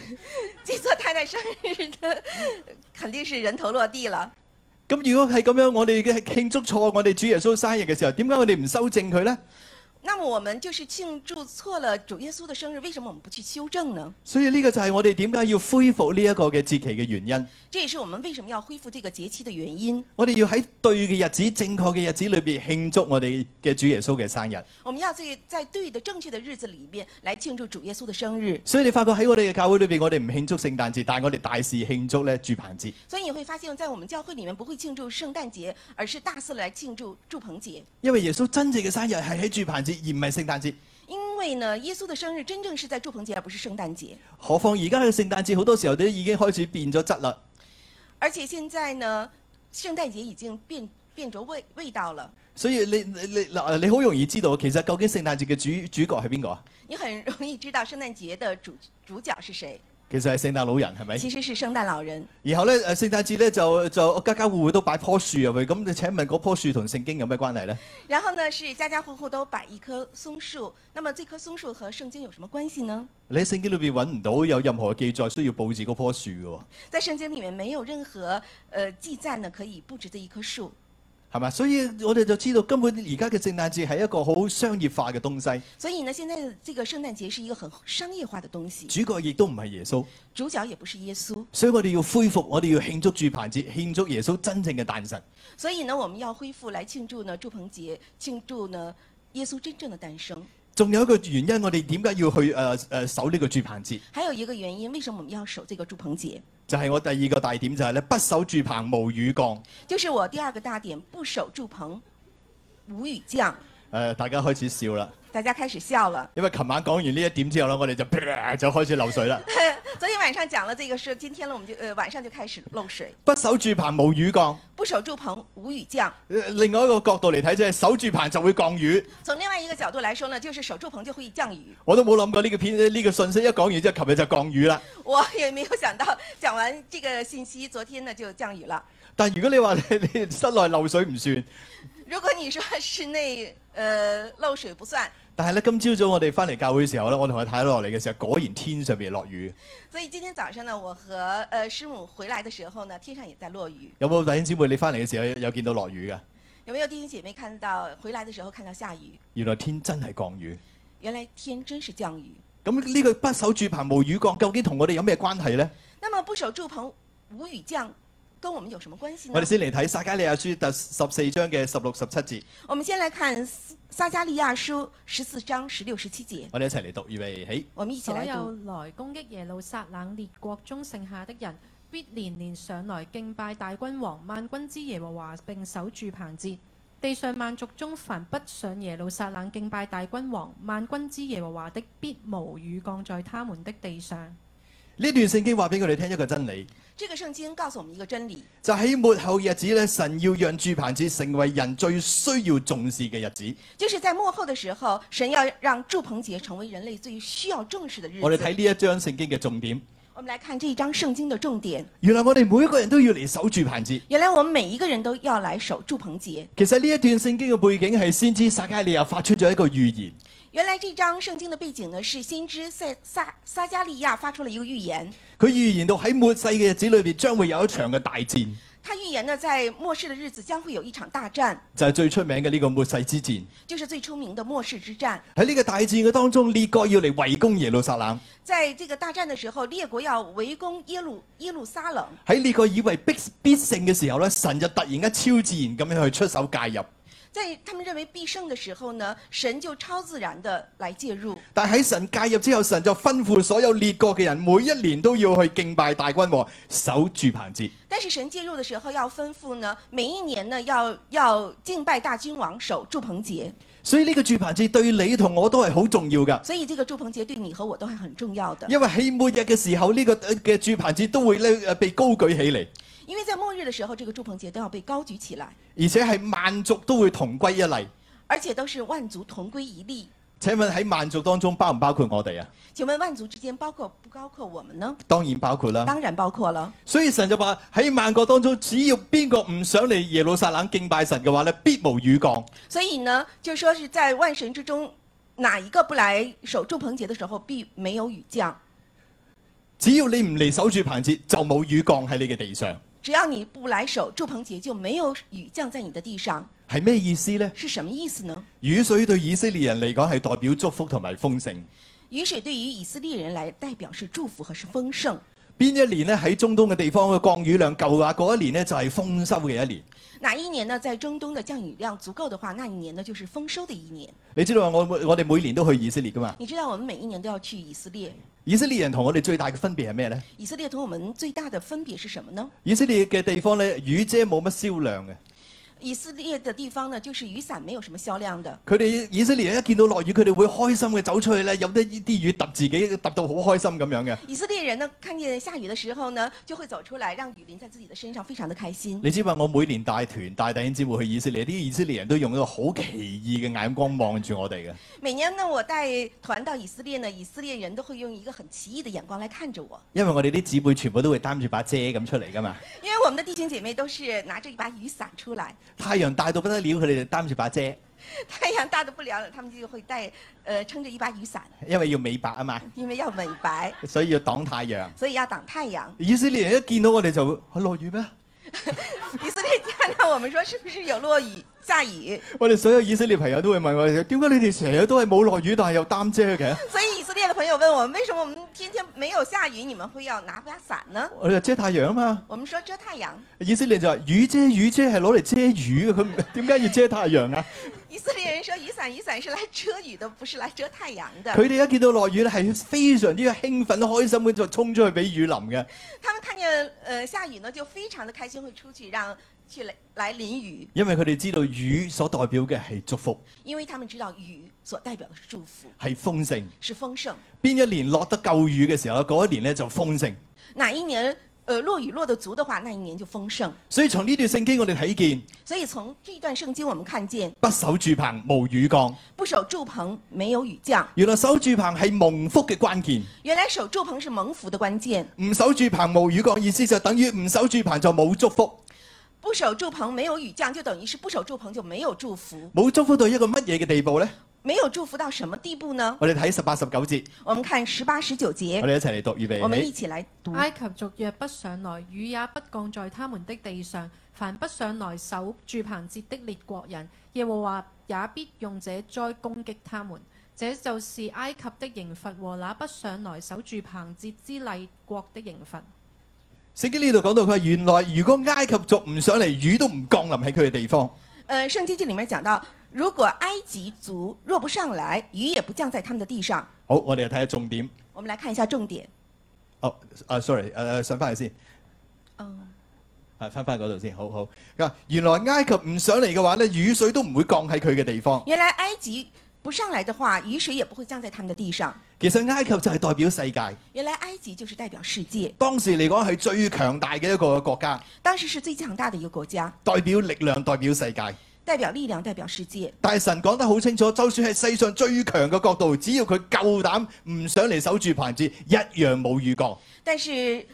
B: 记错太太生日的， 肯定是人头落地了。
A: 咁如果係咁樣，我哋嘅慶祝錯我哋主耶穌生日嘅時候，點解我哋唔修正佢呢？
B: 那么我们就是庆祝错了主耶稣的生日，为什么我们不去修正呢？
A: 所以呢個就係我哋點解要恢復呢一個嘅節期嘅原因。
B: 这也是我们为什么要恢复这个节期的原因。
A: 我哋要喺對嘅日子、正確嘅日子裏邊慶祝我哋嘅主耶穌嘅生日。
B: 我们要在在对的正确的日子里面来庆祝主耶稣的生日。
A: 所以你發覺喺我哋嘅教會裏邊，我哋唔慶祝聖誕節，但係我哋大肆慶祝咧住棚節，
B: 所以你会发现，在我们教会里面不会庆祝圣诞节，而是大肆地来庆祝祝棚节。
A: 因為耶穌真正嘅生日係喺住棚節，而唔係聖誕節。
B: 因为呢，耶稣的生日真正是在祝棚节，而不是圣诞节。
A: 何況而家嘅聖誕節好多時候都已經開始變咗質啦。
B: 而且现在呢，圣诞节已经变变着味味道了。
A: 所以你你你嗱，你好容易知道其實究竟聖誕節嘅主主角係邊個啊？
B: 你很容易知道圣诞节的主主角是谁，
A: 其實係聖誕老人係咪？
B: 其实是圣诞老人。
A: 然後呃咧，誒聖誕節咧就就哦家家戶戶都擺棵樹入去，咁你請問嗰棵樹同聖經有咩關係呢？
B: 然后呢，是家家户户都摆一棵松树。那么这棵松树和圣经有什么关系呢？
A: 你喺聖經裏邊揾唔到有任何記載需要佈置嗰棵樹嘅喎，
B: 在圣经里面没有任何呃记载呢可以布置的一棵树，
A: 係咪？所以我哋就知道根本而家嘅聖誕節係一個好商業化嘅東
B: 所以呢，现在的这个圣诞节是一个很商业化的东西，
A: 西，主角亦都唔係耶穌，
B: 主角也不是耶稣，
A: 所以我哋要恢復，我哋要慶祝住棚節，慶祝耶穌真正嘅誕辰。
B: 所以呢，我们要恢复来庆祝呢祝棚节，庆祝呢耶稣真正的诞生。
A: 仲有一個原因，我哋點解要去誒誒、呃呃守呢個住棚節？
B: 还有一个原因，为什么我们要守这个祝棚节？
A: 就係、我第二個大點就係咧，不守住棚無雨降。誒、
B: 就是我第二个大点，不守祝棚，无雨降。
A: 呃大家開始笑啦。
B: 大家开始笑了。
A: 因為琴晚講完呢一點之後咧，我哋就 就開始漏水啦。
B: 昨天晚上讲了这个事，今天呢，我们就呃晚上就开始漏水，
A: 不守住棚無雨降，
B: 不守祝棚无雨降。
A: 呃另外一個角度嚟睇就係守住棚就會降雨。
B: 从另外一个角度来说呢，就是守祝棚就会降雨。
A: 我都冇諗過呢個片呢、個信息一講完之後，琴日就降雨啦。
B: 我也没有想到讲完这个信息，昨天呢就降雨了。
A: 但如果你話 你你室內漏水唔算，
B: 如果你说室内呃漏水不算，
A: 但係咧今朝早我哋翻嚟教會嘅時候咧，我同佢睇落嚟嘅時候，果然天上面落雨。
B: 所以今天早上呢，我和呃师母回来的时候呢，天上也在落雨。
A: 有冇弟兄姊妹你翻嚟嘅時候有有見到落雨㗎？
B: 有没有弟兄姐妹看到回来的时候看到下雨？
A: 原來天真係降雨。
B: 原来天真是降雨。
A: 咁呢個不守住棚無雨降，究竟同我哋有咩關係呢？
B: 那么不守祝棚无雨降，跟我们有什么关系呢？
A: 我哋先嚟睇撒加利亞書第十四章嘅十六十七節。
B: 我们先来看撒撒加利亚书十四章十六、十七节，
A: 我哋一齊嚟讀，預備起。
B: 我们一起
C: 所
B: 来
C: 有
B: 读。
C: 來攻擊耶路撒冷列國中剩下的人，必連連上來敬拜大君王萬軍之耶和華，並守住棚節。地上萬族中凡不上耶路撒冷敬拜大君王萬軍之耶和華的，必無雨降在他們的地上。
A: 呢段聖經話俾我哋聽一個真理，
B: 这个圣经告诉我们一个真理，
A: 就喺末後日子咧，神要讓住棚節成為人最需要重視嘅日子。
B: 就是在幕后的时候，神要让祝棚节成为人类最需要重视的日子。
A: 我哋睇呢一章聖經嘅重點，
B: 我们来看这一章圣经的重点。
A: 原來我哋每一個人都要嚟守住棚節。
B: 原来我们每一个人都要来守祝棚节。
A: 其實呢一段聖經嘅背景係先知撒加利亞發出咗一個預言，
B: 原来这章圣经的背景呢，是先知撒撒撒加利亚发出了一个预言，
A: 佢預言到喺末世嘅日子裏邊將會有一場嘅大戰，
B: 他预言呢，在末世的日子将会有一场大战，
A: 就係、最出名嘅呢個末世之戰。
B: 就是最出名的末世之战。
A: 喺呢個大戰嘅當中，列國要嚟圍攻耶路撒冷。
B: 在这个大战的时候，列国要围攻耶路耶路撒冷。
A: 喺列國以為必必勝嘅時候咧，神就突然間超自然咁樣去出手介入。
B: 在他们认为必胜的时候呢，神就超自然的来介入。
A: 但喺神介入之後，神就吩咐所有列國嘅人每一年都要去敬拜大君王，守住棚節。
B: 但是神介入的时候要吩咐呢，每一年呢要要敬拜大君王，守祝棚节。
A: 所以呢個住棚節對你同我都係好重要㗎，
B: 所以这个祝棚节对你和我都还很重要的，
A: 因為喺末日嘅時候，呢、個呃嘅住棚節都會咧呃被高舉起嚟，
B: 因为在末日的时候，这个祝棚节都要被高举起来，
A: 而且係萬族都會同歸一例。
B: 而且都是万族同归一例。
A: 請問喺萬族當中包唔包括我哋啊？
B: 请问万族之间包括不包括我们呢？
A: 當然包括啦。
B: 当然包括了。
A: 所以神就話喺萬國當中，只要邊個唔想嚟耶路撒冷敬拜神嘅話咧，必無雨降。
B: 所以呢，就说是在万神之中，哪一个不来守祝棚节的时候，必没有雨降。
A: 只要你唔嚟守住棚節，就冇雨降喺你嘅地上。
B: 只要你不来守祝棚节，就没有雨降在你的地上，
A: 係咩意思呢？
B: 是什么意思呢？
A: 雨水對以色列人嚟講係代表祝福同埋豐盛。
B: 雨水对于以色列人来代表是祝福和是丰盛。
A: 邊一年呢？喺中東嘅地方嘅降雨量夠啊，嗰一年呢就係豐收嘅一年。
B: 哪一年呢？在中东的降雨量足够的话，那一年呢就是丰收的一年。
A: 你知道啊我我哋每年都去以色列噶嘛？
B: 你知道我们每一年都要去以色列，
A: 以色列人同我哋最大嘅分別係咩呢？
B: 以色列同我们最大的分别是什么呢？
A: 以色列嘅地方呢，雨遮冇乜銷量嘅。
B: 以色列的地方呢，就是雨伞没有什么销量的。
A: 佢哋以色列人一見到落雨，佢哋會開心嘅走出去咧，有得呢啲雨揼自己，揼到好開心咁樣嘅。
B: 以色列人呢，看见下雨的时候呢，就会走出来，让雨淋在自己的身上，非常的开心。
A: 你知嘛？我每年帶團帶弟兄姊妹去以色列，啲以色列人都用一個好奇異嘅眼光望住我哋嘅。
B: 每年呢，我带团到以色列呢，以色列人都会用一个很奇异的眼光来看着我，
A: 因為我哋啲姊妹全部都會擔住把遮咁出嚟噶嘛，
B: 因为我们的弟兄姐妹都是拿着一把雨伞出来，
A: 太陽大到不得了，佢哋就擔住把遮，
B: 太阳大的不了了，他们就會帶呃撑着一把雨傘，
A: 因為要美白啊嘛，
B: 因為要美白，
A: 所以要擋太陽。
B: 所以要擋太陽。
A: 以色列人一見到我哋就會啊落雨咩？
B: 以色列看到我們說是不是有落雨下雨，
A: 我哋所有以色列朋友都會問我哋：點解你哋成日都係冇落雨，但係又擔遮嘅？
B: 所以以色列的朋友問我們，為什麼我們天天沒有下雨，你們會要拿把傘呢？
A: 我哋就遮太陽啊嘛。
B: 我們說遮太陽，
A: 以色列就話雨遮雨遮係攞嚟遮雨嘅，佢唔點解要遮太陽啊？
B: 以色列人說雨傘雨傘是來遮雨的，不是來遮太陽的。
A: 佢哋一見到落雨咧，係非常之興奮開心咁就衝出去俾雨淋嘅。
B: 他們看見呃下雨呢，就非常的開心，會出去讓去来来淋雨，
A: 因為佢哋知道雨所代表嘅係祝福，
B: 因為他們知道雨所代表的是祝福，
A: 係豐盛。
B: 是豐盛。
A: 邊一年落得夠雨嘅時候，嗰一年咧就豐盛。
B: 哪一年呃落雨落得足的話，那一年就豐盛。
A: 所以從呢段聖經我哋睇見，
B: 所以從这段聖經我們看見，
A: 不守住棚無雨降。
B: 不守住棚没有雨降。
A: 原來守住棚係蒙福嘅關鍵，
B: 原來守住棚是蒙福的關鍵，
A: 唔守住棚無雨降意思就等於唔守住棚就冇祝福。
B: 不守住棚没有雨降，就等於是不守住棚就沒有祝福。
A: 冇祝福到一個乜嘢嘅地步呢？
B: 沒有祝福到什麼地步呢？
A: 我哋睇十八十九節，
B: 我們看十八、十九
A: 我
B: 節，
A: 哋一齊嚟讀預備。
B: 我們一起來讀。
C: 埃及族若不上來，雨也不降在他們的地上。凡不上來守住棚節的列國人，耶和華也必用這災攻擊他們。這就是埃及的刑罰和那不上來守住棚節之列國的刑罰。
A: 聖經呢度講到佢話，原來如果埃及族唔上嚟，雨都唔降臨喺佢嘅地方。
B: 呃，聖經這裡面講到，如果埃及族若不上來，雨也不降在他們的地上。
A: 好，我哋又睇下重點。
B: 我們來看一下重點。
A: 哦，啊，sorry，誒、誒上翻去先，
B: 嗯，
A: 係翻翻嗰度先，好好。佢話原來埃及唔上嚟嘅話咧，雨水都唔會降喺佢嘅地方。
B: 原來埃及不上來的話，雨水也不會降在他們的地上。
A: 其實埃及就係代表世界，
B: 原來埃及就是代表世界，
A: 當時嚟講係最強大嘅一個國家，
B: 當時是最強大的一個國家。
A: 代表力量，代表世界。
B: 代表力量，代表世界。
A: 但係神講得好清楚，就算係世上最強嘅國度，只要佢夠膽唔上嚟守住棚節，一樣冇雨降。
B: 但是，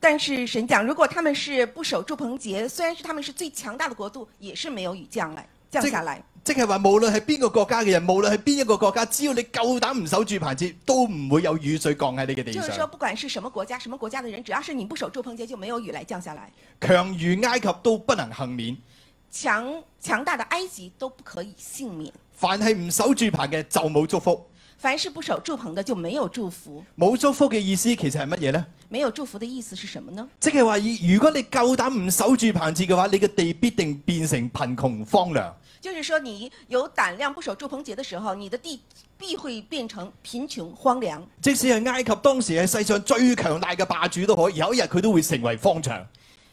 B: 但是神讲，如果他们是不守住棚节，虽然是他们是最强大的国度，也是没有雨降来降下来。
A: 即係話，無論係邊個國家嘅人，無論係邊一個國家，只要你夠膽唔守住棚節，都唔會有雨水降喺你嘅地
B: 就是说，
A: 上。
B: 不管是什么国家，什么国家的人，只要是你不守住棚节，就没有雨来降下来。
A: 強如埃及都不能幸免，
B: 强强大的埃及都不可以幸免。
A: 凡係唔守住棚嘅就冇祝福。
B: 凡是不守住棚的，就没有祝福。
A: 冇祝福嘅意思其實係乜嘢呢？
B: 没有祝福的意思是什么呢？
A: 即係話，以如果你夠膽唔守住棚節嘅話，你嘅地必定變成貧窮荒涼。
B: 就是说，你有胆量不守住棚节的时候，你的地必会变成贫穷荒凉。
A: 即使係埃及當時係世上最強大嘅霸主都好，有一日佢都會成為荒場。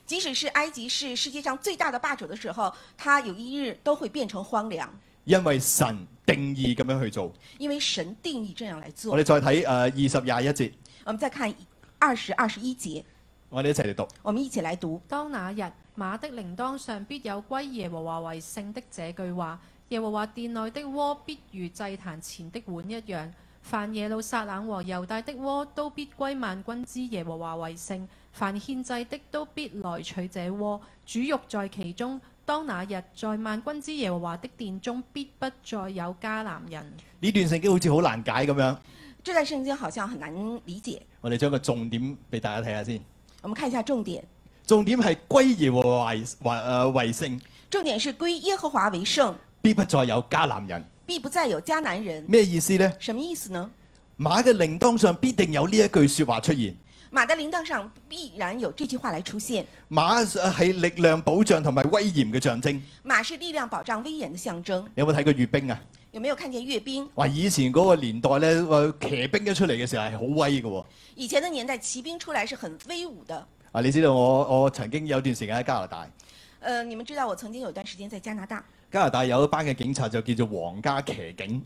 B: 即使是埃及是世界上最大的霸主的时候，它有一日都会变成荒凉，
A: 因為神定義咁樣去做。
B: 因为神定义这样来做
A: 我。哋再睇誒二十廿一節，
B: 我们再看二十二十一节，
A: 我哋一齊嚟讀。
B: 我们一起来读。
C: 當那日，馬的鈴鐺上必有歸耶和華為聖的這句話。耶和華殿內的鍋必如祭壇前的碗一樣。凡耶路撒冷和猶大的鍋都必歸萬軍之耶和華為聖。凡獻祭的都必來取這鍋，煮肉在其中。當那日，在萬軍之耶和華的殿中，必不再有迦南人。
A: 呢段聖經好似好難解咁樣，
B: 这段圣经好像很难理解，
A: 我哋將個重點俾大家睇下先。
B: 我们看一下重点。
A: 重點係歸耶和華為為誒為聖，
B: 重点是归耶和华为圣，
A: 必不再有迦南人。
B: 必不再有迦南人。
A: 咩意思呢？
B: 什么意思呢？
A: 馬嘅鈴當上必定有呢一句説話出現。
B: 马的铃铛上必然有这句话来出现。
A: 馬係呃力量保障同埋威嚴嘅象徵。你
B: 马是力量、保障、威严的象征。
A: 有冇睇過閱兵啊？
B: 有没有看见阅兵？
A: 話以前嗰個年代咧，話騎兵一出嚟嘅時候係好威嘅喎。
B: 以前的年代，骑兵出来是很威武的。
A: 啊，你知道我我曾經有段時間喺加拿大，
B: 呃，你们知道我曾经有一段时间在加拿大，
A: 加拿大有一班嘅警察就叫做皇家騎警，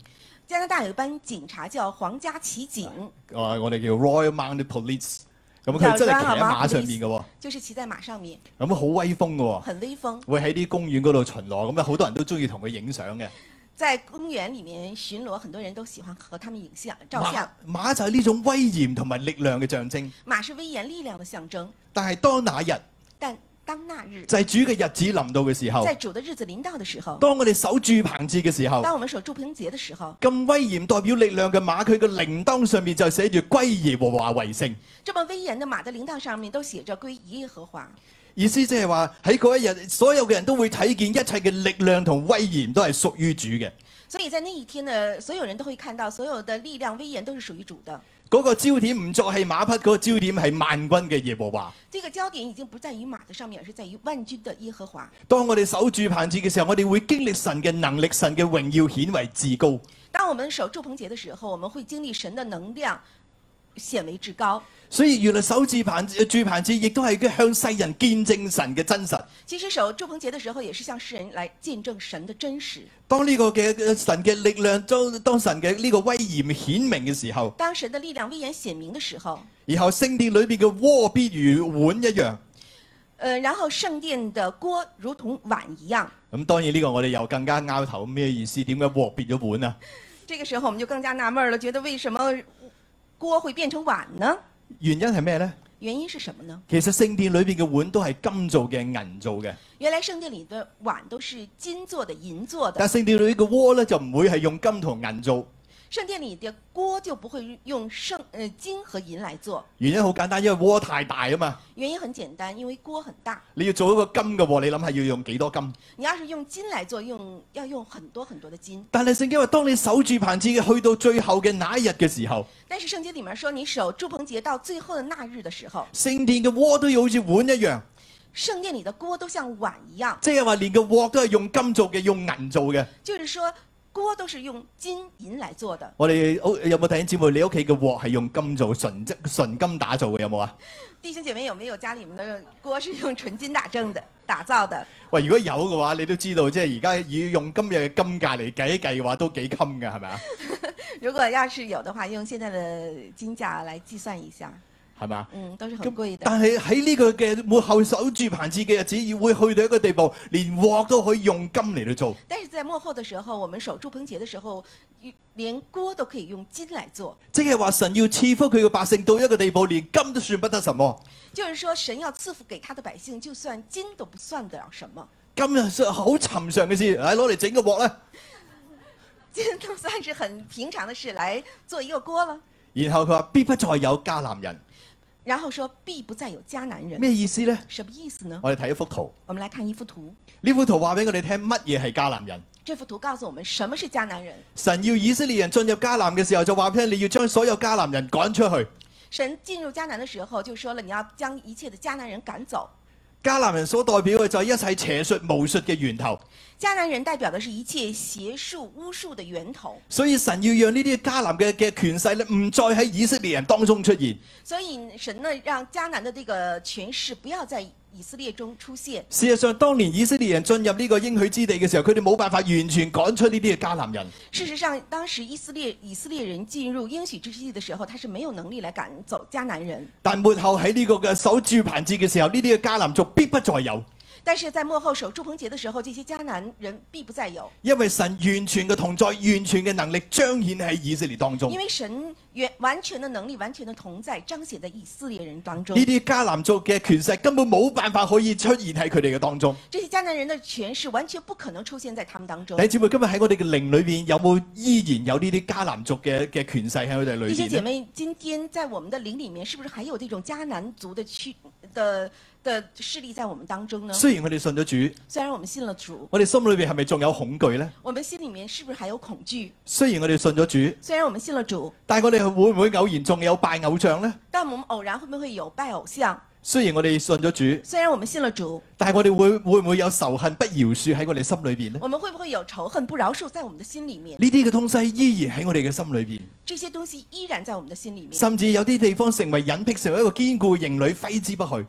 B: 加拿大有一班警察叫皇家骑警，
A: 啊，我哋叫 Royal Mounted Police。咁
B: 就係
A: 佢真係騎
B: Royal
A: 喺馬
B: Mounted
A: 上面嘅喎，
B: 就是骑在马上面，
A: 咁好威風嘅
B: 很威风
A: 喎，，會喺啲公園嗰度巡邏，咁啊好多人都中意同佢影相嘅。
B: 在公园里面巡逻，很多人都喜欢和他们影像、照
A: 馬
B: 相。
A: 馬就係呢種威嚴同埋力量嘅象徵，
B: 马是威严力量的象征，
A: 但係當那日
B: 但当那日
A: 就係主嘅日子臨到嘅時候
B: 在，主的日子临到的时候，
A: 當我哋守住棚節嘅時候，
B: 当我们守住平节的时候，
A: 咁威嚴代表力量嘅馬，佢嘅鈴鐺上面就寫住歸耶和華為聖，
B: 这么威严的马的铃铛上面都写着“归耶和华
A: 意思即係話喺嗰一日，所有嘅人都會睇見一切嘅力量同威嚴都係屬於主嘅。”，
B: 所以在那一天呢，所有人都会看到，所有的力量、威严都是属于主的。
A: 嗰、個焦點唔再係馬匹，嗰、個焦點係萬軍嘅耶和華。
B: 这个焦点已经不在于马的上面，而是在于万军的耶和华。
A: 當我哋守住棚節嘅時候，我哋會經歷神嘅能力、神嘅榮耀顯為至高。
B: 当我们守住棚节的时候，我们会经历神的能量显为至高。
A: 所以原來守住棚住棚節，亦都係向世人見證神嘅真實。
B: 其实守住棚节的时候，也是向世人来见证神的真实。
A: 當呢個嘅神嘅力量，當當神嘅呢個威嚴顯明嘅時候，
B: 当神的力量威严显明的时候，
A: 然後聖殿裏邊嘅鍋必如碗一樣。
B: 呃，然后圣殿的锅如同碗一样。
A: 咁當然呢個我哋又更加拗頭，咩意思？點解鍋變咗碗啊？
B: 这个时候我们就更加纳闷了，觉得为什么锅会变成碗呢？
A: 原因係咩呢？
B: 原因是什么呢？
A: 其實聖殿裏邊嘅碗都係金做嘅、銀做嘅，
B: 原来圣殿里的碗都是金做的、银做的
A: 但，聖殿裏嘅鍋呢，就唔會係用金同銀做。
B: 圣殿里的锅就不会用圣呃金和银来做。
A: 原因好簡單，因為鍋太大啊嘛。
B: 原因很简单，因为锅很大，
A: 你要做一個金嘅鍋，你諗下要用幾多金？
B: 你要是用金来做，用要用很多很多的金。
A: 但係聖經話，當你守住棚子嘅去到最後嘅那一日嘅時候，
B: 但是圣经里面说，你守祝棚节到最后的那日的时候，
A: 聖殿嘅鍋都要好似碗一樣，
B: 圣殿里的锅都像碗一样，
A: 即係話連個鍋都係用金做嘅、用銀做嘅。
B: 就是说锅都是用金银来做的。
A: 我哋屋有冇弟兄姊妹？你屋企嘅鍋係用金做，純即純金打造嘅有冇啊？
B: 弟兄姐妹有没有家里面的锅是用纯金打正的打造的？
A: 喂，如果有嘅話，你都知道，即係而家要用今日嘅金價嚟計一計嘅話，都幾襟嘅，係咪啊？
B: 如果要是有的话，用现在的金价来计算一下，
A: 係咪啊？
B: 嗯，都是
A: 咁
B: 很贵的。
A: 但係喺呢個嘅幕後守住棚節嘅日子，會去到一個地步，連鍋都可以用金嚟到做。
B: 但是在幕后的时候，我们守祝棚节的时候，连锅都可以用金来做，
A: 即係話神要賜福佢嘅百姓到一個地步，連金都算不得什麼。
B: 就是说神要赐福给他的百姓，就算金都不算得了什么，
A: 金係好尋常嘅事，唉，攞嚟整個鍋啦。
B: 金都算是很平常的事来做一个锅了。
A: 然後佢話：必不再有迦南人，
B: 然后说必不再有迦南人，
A: 咩意思呢？
B: 什么意思呢？
A: 我哋睇一幅圖，
B: 我们来看一幅图，
A: 呢幅圖話俾我哋聽乜嘢係迦南人。
B: 这幅图告诉我们什么是迦南人。
A: 神要以色列人進入迦南嘅時候，就話俾你聽你要將所有迦南人趕出去。
B: 神进入迦南的时候就说了，你要将一切的迦南人赶走。
A: 迦南人所代表嘅就係一切邪術巫術嘅源頭，
B: 迦南人代表的是一切邪术巫术的源头，
A: 所以神要讓呢啲迦南嘅嘅權勢咧，唔再喺以色列人當中出現。
B: 所以神呢让迦南的这个权势不要在以色列中出现。
A: 事實上，當年以色列人進入呢個應許之地嘅時候，佢哋冇辦法完全趕出呢啲嘅迦南人。
B: 事实上，当时以色列以色列人进入应许之地的时候，他是没有能力来赶走迦南人。
A: 但末後喺呢個嘅守住棚節嘅時候，呢啲嘅迦南族必不再有。
B: 但是在幕后守住棚节的时候，这些迦南人必不再有，
A: 因為神完全嘅同在、完全嘅能力彰顯喺以色列當中。
B: 因
A: 呢
B: 为神原完全的能力、完全的同在彰显在以色列人当 中。
A: 啲迦南族嘅權勢根本冇辦法可以出現喺佢哋嘅當中。
B: 这些迦南人的权势完全不可能出现在他们当中
A: 弟。兄姊妹，今日喺我哋嘅靈裏邊有冇依然有呢啲迦南族嘅嘅權勢喺佢哋裏
B: 弟兄
A: 邊
B: 姐
A: 呢？
B: 妹，今天在我们的灵里面，是不是还有这种迦南族的区的的势力在我们当中呢？
A: 雖然我哋信咗主，
B: 虽然我们信了主，
A: 我哋心裏邊係咪仲有恐懼呢？
B: 我们心里面是不是还有恐惧？
A: 雖然我哋信咗主，
B: 虽然我们信了主，
A: 但係我哋會唔會偶然仲有拜偶像呢？
B: 但我们偶然会不会有拜偶像？
A: 雖然我哋信咗主，
B: 虽然我们信了主，
A: 但係我哋會會唔會有仇恨不饒恕喺我哋心裏邊呢？
B: 我们会不会有仇恨不饶恕在我们的心里面？
A: 呢啲嘅東西依然喺我哋嘅心裏邊，
B: 这些东西依然在我们的心里面。
A: 甚至有啲地方成為隱僻，成為一個堅固嘅營壘，揮之不去。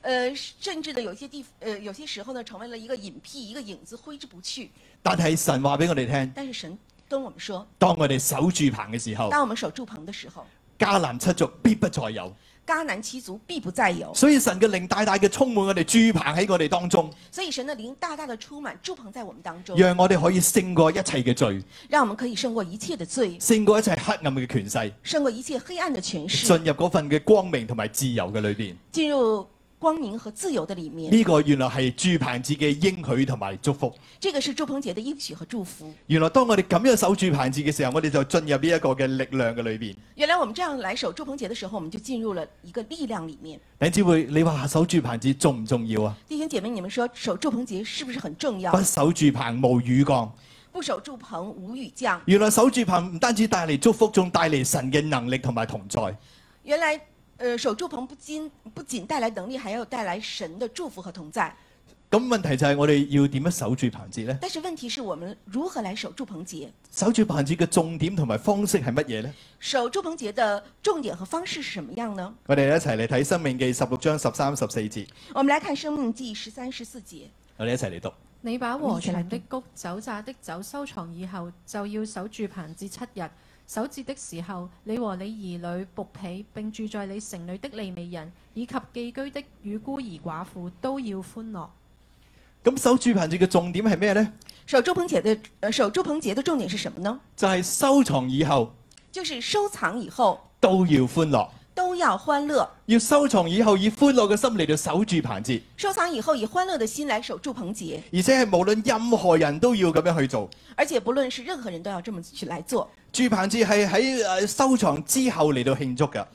B: 呃，甚至呢，有些地呃，有些时候呢，成为了一个隐蔽，一个影子，挥之不去。
A: 但係神話俾我哋聽，
B: 但是神跟我们说，
A: 當我哋守住棚嘅時候，
B: 当我们守住棚的时候，
A: 迦南七族必不再有。
B: 迦南七族必不再有。
A: 所以神嘅靈大大嘅充滿我哋，住棚喺我哋當中，
B: 所以神的灵大大的充满住棚在我们当中，
A: 讓我哋可以勝過一切嘅罪，
B: 让我们可以胜过一切的罪，
A: 勝過一切黑暗嘅權勢，
B: 胜过一切黑暗的权
A: 進
B: 势，
A: 入嗰份嘅光明同埋自由嘅裏邊。
B: 进入光明和自由的里面。
A: 呢、個原來係住棚子嘅應許同埋祝福。
B: 这个是祝鹏杰的应许和祝福。
A: 原來當我哋咁樣守住棚子嘅時候，我哋就進入呢一個嘅力量嘅裏邊。
B: 原来我们这样来守祝鹏杰的时候，我们就进入了一个力量里面。
A: 弟兄姊妹，你話守住棚子重唔重要啊？
B: 弟兄姐妹，你们说守祝鹏杰是不是很重要
A: 不？守住棚無雨降。
B: 不守祝棚无雨降。
A: 原來守住棚唔單止帶嚟祝福，仲帶嚟神嘅能力同埋同在。
B: 原来，呃，守祝棚不仅不仅带来能力，还要带来神的祝福和同在。
A: 咁問題就係我哋要點樣守住棚子呢？
B: 但是问题是我们如何来守祝鹏杰？
A: 守住棚子嘅重點同埋方式係乜嘢呢？
B: 守祝鹏杰的重点和方式是什么样呢？
A: 我哋一齊嚟睇《生命記》十六章十三、十四節，
B: 我们来看《生命记》十三、十四节。
A: 我哋一齊嚟讀。
C: 你把和存的谷、酒榨的酒收藏以後，就要守住棚至七日。守節的時候，你和你兒女、仆婢，並住在你城裏的利未人，以及寄居的與孤兒寡婦，都要歡樂。
A: 咁守住棚子嘅重點係咩呢？
B: 守祝鹏杰的呃，守祝鹏杰的重点是什么呢？
A: 就係、收藏以後
B: 就是收藏以后
A: 都要歡樂，
B: 都要欢乐。
A: 要收藏以後以歡樂嘅心嚟到守住棚子，
B: 收藏以后，以欢乐的心来守住棚节，
A: 而且係無論任何人都要咁樣去做。
B: 而且不论是任何人都要这么去来做。
A: 住棚子係喺誒收藏之後嚟到慶祝㗎，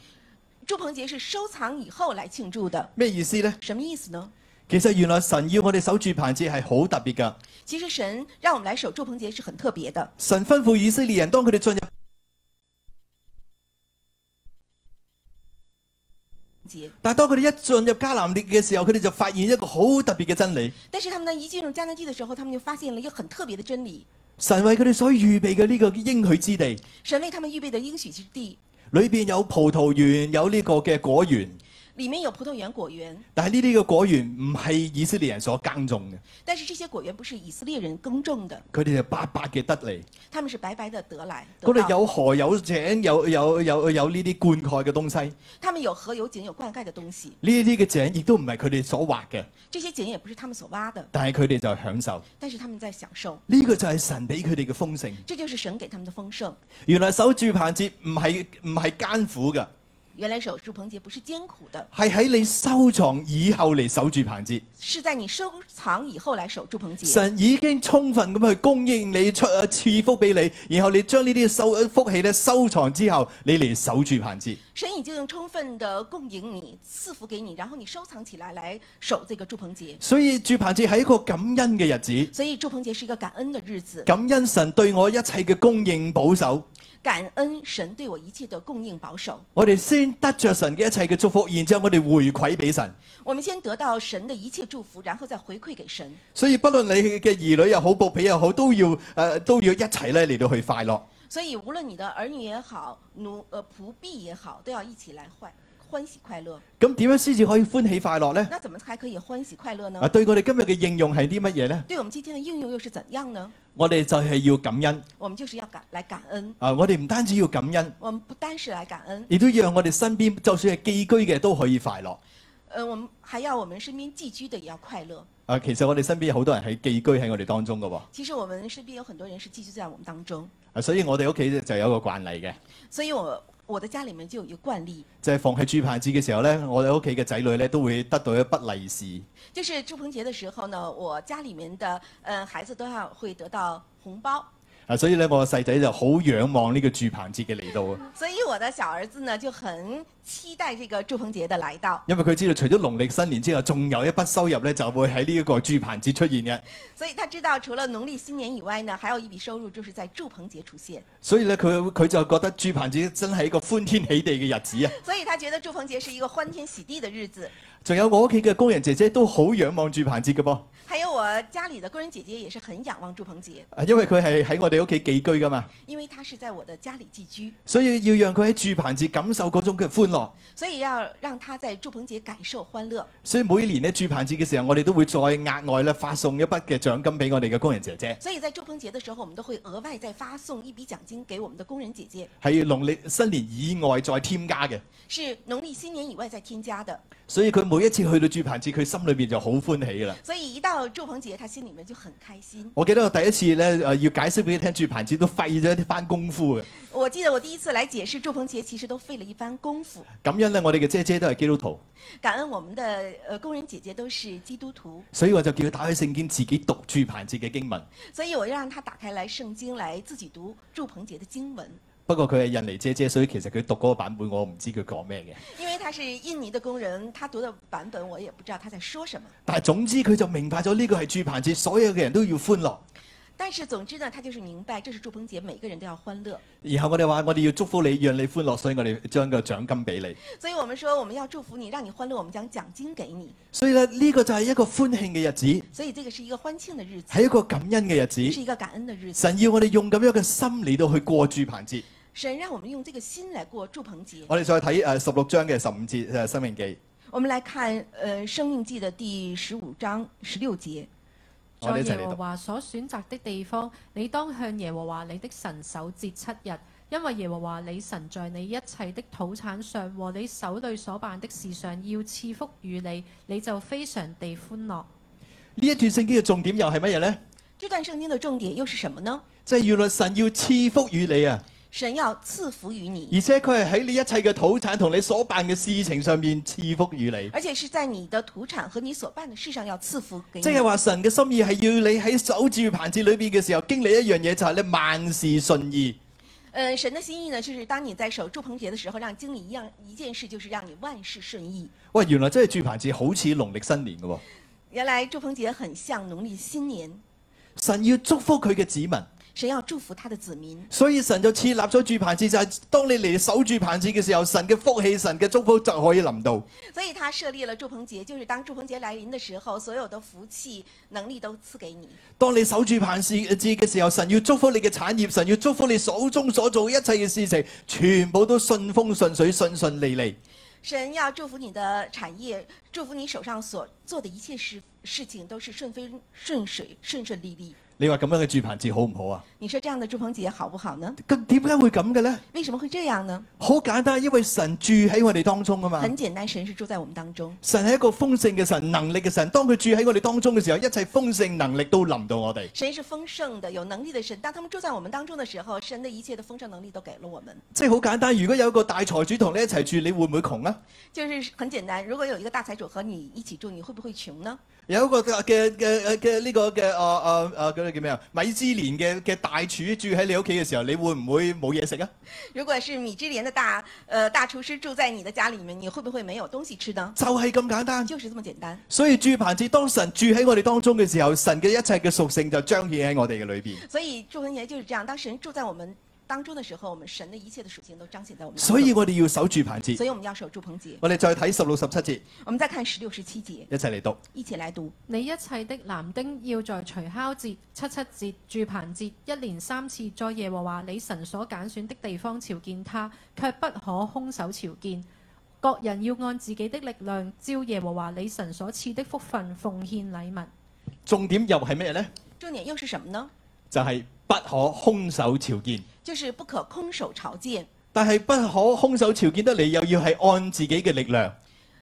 B: 祝棚节是收藏以后来庆祝的，
A: 咩意思呢？
B: 什么意思呢？
A: 其實原來神要我哋守住棚節係好特別㗎。
B: 其实神让我们来守祝棚节是很特别的。
A: 神吩咐以色列人，當佢哋進入
B: 节，
A: 但係當佢哋一進入迦南列嘅時候，佢哋就發現一個好特別嘅真理。
B: 但是他们呢一进入迦南地的时候，他们就发现了一个很特别的真理：
A: 神為佢哋所預備嘅呢個應許之地，
B: 神为他们预备的应许之地，
A: 裏邊有葡萄園，有呢個嘅果園。
B: 里面有葡萄园、果园，
A: 但係呢啲嘅果園唔係以色列人所耕種嘅，
B: 但是这些果园不是以色列人耕种的，
A: 佢哋就白白嘅得嚟。
B: 他们是白白的得来得
A: 嗰度
B: 到。
A: 有河有井有有有有呢啲灌溉嘅東西，
B: 他们有河有井有灌溉的东西，
A: 呢啲嘅井亦都唔係佢哋所挖嘅，
B: 这些井也不是他们所挖的，
A: 但係佢哋就享受。
B: 但是他们在享受。
A: 呢、個就係神俾佢哋嘅豐盛。
B: 这就是神给他们的丰盛。
A: 原來守住棚節唔係唔係艱苦嘅，
B: 原来守住棚节不是艰苦的，
A: 係喺你收藏以後嚟守住棚節。
B: 是在你收藏以后来守住棚节。
A: 神已經充分咁去供應你出啊賜福俾你，然後你將呢啲收呃福氣咧收藏之後，你嚟守住棚節。
B: 神已经充分的供应你，赐福给你，然后你收藏起来来守这个住棚节。
A: 所以住棚節係一個感恩嘅日子，
B: 所以住棚节是一个感恩的日子，
A: 感恩神對我一切嘅供應保守，
B: 感恩神对我一切的供应保守。
A: 我哋先得着神嘅一切嘅祝福，然之後我哋回饋俾神。
B: 我们先得到神的一切祝福，然后再回馈给神。
A: 所以不論你嘅兒女又好，僕婢又好，都要誒、呃都要一齊咧嚟到去快樂。
B: 所以无论你的儿女也好，奴呃仆婢也好，都要一起来欢欢喜快乐。
A: 咁點樣先至可以歡喜快樂呢？
B: 那怎么才可以欢喜快乐呢
A: 啊，？對我哋今日嘅應用係啲乜嘢呢？
B: 对我们今天的应用又是怎样呢？
A: 我哋就係要感恩
B: 我们就是要感来感恩，
A: 啊！我哋唔單止要感恩。
B: 我们不单是来感恩，
A: 亦都讓我哋身邊就算係寄居嘅都可以快樂。
B: 呃，我们还要我们身边寄居的也要快乐。
A: 啊，其實我哋身邊有好多人係寄居喺我哋當中嘅喎、
B: 其实我们身边有很多人是寄居在我们当中，
A: 啊，所以我哋屋企就有一個慣例嘅，
B: 所以我我的家里面就有一个惯例，
A: 就係、逢係住棚節嘅時候呢，我哋屋企嘅仔女呢都會得到一筆利是。
B: 就是祝棚节的时候呢，我家里面的呃孩子都要会得到红包，
A: 啊，所以呢，我個細仔就好仰望呢個住棚節嘅嚟到啊，
B: 所以我的小儿子呢就很期待这个祝棚节的来到，
A: 因為佢知道除咗農曆新年之外，仲有一筆收入呢就會喺呢一個住棚節出現嘅，
B: 所以他知道除了农历新年以外呢，还有一筆收入就是在祝棚节出现，
A: 所以呢，佢佢就覺得住棚節真係一個歡天喜地嘅日子啊！
B: 所以他觉得祝棚节是一个欢天喜地的日子。
A: 仲有我屋企嘅工人姐姐都好仰望住棚節嘅噃，
B: 还有我家里的工人姐姐也是很仰望祝棚节，
A: 啊因為佢係喺我哋屋企寄居噶嘛，
B: 因为她是在我的家里寄居，
A: 所以要讓佢喺住棚節感受嗰種嘅歡樂。
B: 所以要让她在祝棚节感受欢樂。
A: 所以每年咧住棚節嘅時候，我哋都會再額外咧發送一筆嘅獎金俾我哋嘅工人姐姐。
B: 所以在祝棚节的时候，我们都会额外再发送一筆奖金给我们的工人姐姐，
A: 係農曆新年以外再添加嘅，
B: 是农历新年以外再添加的。
A: 所以佢每一次去到住棚節，佢心裏面就好歡喜噶啦。
B: 所以一到祝棚节，她心里面就很开心。
A: 我記得我第一次咧誒、呃要解釋俾佢聽住棚節都費咗一番功夫嘅，
B: 我记得我第一次来解释祝棚节，其实都费了一番功夫。
A: 咁樣咧我哋嘅姐姐都係基督徒，
B: 感恩我们的呃工人姐姐都是基督徒，
A: 所以我就叫佢打開聖經自己讀住棚節嘅經文。
B: 所以我就让她打开来圣经来自己读祝棚节的经文。
A: 不過佢係印尼姐姐，所以其實佢讀嗰個版本我唔知佢講咩嘅。
B: 因为他是印尼的工人，他读的版本我也不知道他在说什么。
A: 但係總之佢就明白咗呢個係住棚節，所有嘅人都要歡樂。
B: 但是总之呢，他就是明白这是祝棚节，每个人都要欢乐。
A: 然後我哋話我哋要祝福你，讓你歡樂，所以我哋將個獎金俾你。
B: 所以我们说我们要祝福你，让你欢乐，我们将奖金给你。
A: 所以咧，呢、個就係一個歡慶嘅日子，
B: 所以这个是一个欢庆的日子，
A: 係一個感恩嘅日
B: 是
A: 子。
B: 一个感恩的日子。
A: 神要我哋用咁樣嘅心嚟到去過住棚節。
B: 神让我们用这个心来过祝棚节。
A: 我哋再睇呃誒十六章嘅十五節誒《生命記》，
B: 我们来看呃《生命记》的第十五章十六节。
A: 我哋
C: 在
A: 一齊
C: 耶
A: 嚟
C: 和
A: 讀。
C: 華所選擇的地方，你當向耶和華你的神守節七日，因為耶和華你神在你一切的土產上和你手裏所辦的事上要賜福與你，你就非常地歡樂。
A: 呢一段聖經嘅重點又係乜嘢呢？
B: 这段圣经的重点又是什么呢？
A: 即係原來神要賜福與你啊！
B: 神要赐福于你，
A: 而且佢係喺你一切嘅土產同你所辦嘅事情上面賜福與你。
B: 而且是在你的土产和你所办的事上要赐福给你
A: 即。係話神嘅心意係要你喺守住棚節裏邊嘅時候經歷一樣嘢，就係咧萬事順意。
B: 呃，神的心意呢，就是当你在守祝棚节的时候，让经理一样一件事，就是让你万事顺意。
A: 喂，原來真係住棚節好似農曆新年嘅喎，
B: 原来祝棚节很像农历新年，
A: 神要祝福佢嘅子民，
B: 神要祝福他的子民，
A: 所以神就設立咗住棚節，就係、當你嚟守住棚節嘅時候，神嘅福氣、神嘅祝福就可以臨到。
B: 所以他设立了祝棚节，就是当祝棚节来临的时候，所有的福气、能力都赐给你。
A: 當你守住棚節嘅時候，神要祝福你嘅產業，神要祝福你手中所做一切嘅事情，全部都順風順水、順順利利。
B: 神要祝福你的产业，祝福你手上所做的一切事事情都是顺风顺水、顺顺利利。
A: 你話咁樣嘅住棚節好唔好啊？
B: 你说这样的祝棚节好不好呢？
A: 咁點解會咁嘅呢？
B: 为什么会这样呢？
A: 好簡單，因為神住喺我哋當中啊嘛。
B: 很简单，神是住在我们當中，
A: 神係一個豐盛嘅神，能力嘅神。當佢住喺我哋當中嘅時候，一切豐盛能力都臨到我哋。
B: 神是丰盛的、有能力的神。当他们住在我们当中的时候，神的一切的丰盛能力都给了我们。
A: 即係好簡單。如果有一個大財主同你一齊住，你會唔會窮啊？
B: 就是很简单，如果有一个大财主和你一起住，你会不会穷呢？
A: 有一個嘅嘅嘅嘅呢個嘅啊啊啊嗰啲叫咩啊？米芝蓮嘅嘅大廚住喺你屋企嘅時候，你會唔會冇嘢食啊？
B: 如果是米芝莲的大呃大厨师住在你的家里面，你会不会没有东西吃呢？
A: 就係咁簡單。
B: 就是这么简单。
A: 所以住棚節，當神住喺我哋當中嘅時候，神嘅一切嘅屬性就彰顯喺我哋嘅裏邊。
B: 所以祝文节就是这样，当神住在我们当中的时候，我们神的一切的属性都彰显在我们当中。
A: 所以我哋要守住棚節。
B: 所以我们要守住棚节。
A: 我哋再睇十六十七節，
B: 我们再看十六、十七节，
A: 一齊嚟讀。
B: 一起来读。
C: 你一切的男丁要在除酵節、七七節、住棚節一連三次，在耶和華你神所揀選的地方朝見他，卻不可空手朝見。各人要按自己的力量，照耶和華你神所賜的福分奉獻禮物。
A: 重點又係咩呢？
B: 重点又是什么呢？
A: 就係、不可空手朝見。
B: 就是不可空手朝见，
A: 但係不可空手朝見得嚟，又要係按自己嘅力量。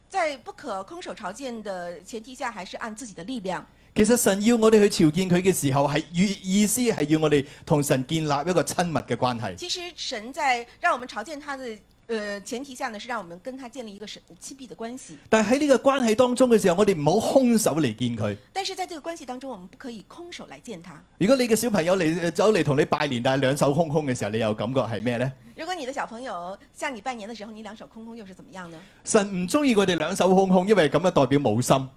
B: 在不可空手朝见的前提下，还是按自己的力量。
A: 其實神要我哋去朝見佢嘅時候，係意意思係要我哋同神建立一個親密嘅關係。
B: 其实神在让我们朝见他的呃前提下呢，是让我们跟他建立一个神亲密的关系。
A: 但係喺呢個關係當中嘅時候，我哋唔好空手嚟見佢。
B: 但是在这个关系当中，我们不可以空手来见他。
A: 如果你嘅小朋友嚟呃走嚟同你拜年，但係兩手空空嘅時候，你又感覺係咩呢？
B: 如果你的小朋友向你拜年的时候，你两手空空，又是怎么样呢？
A: 神唔中意我哋兩手空空，因為咁樣代表冇心。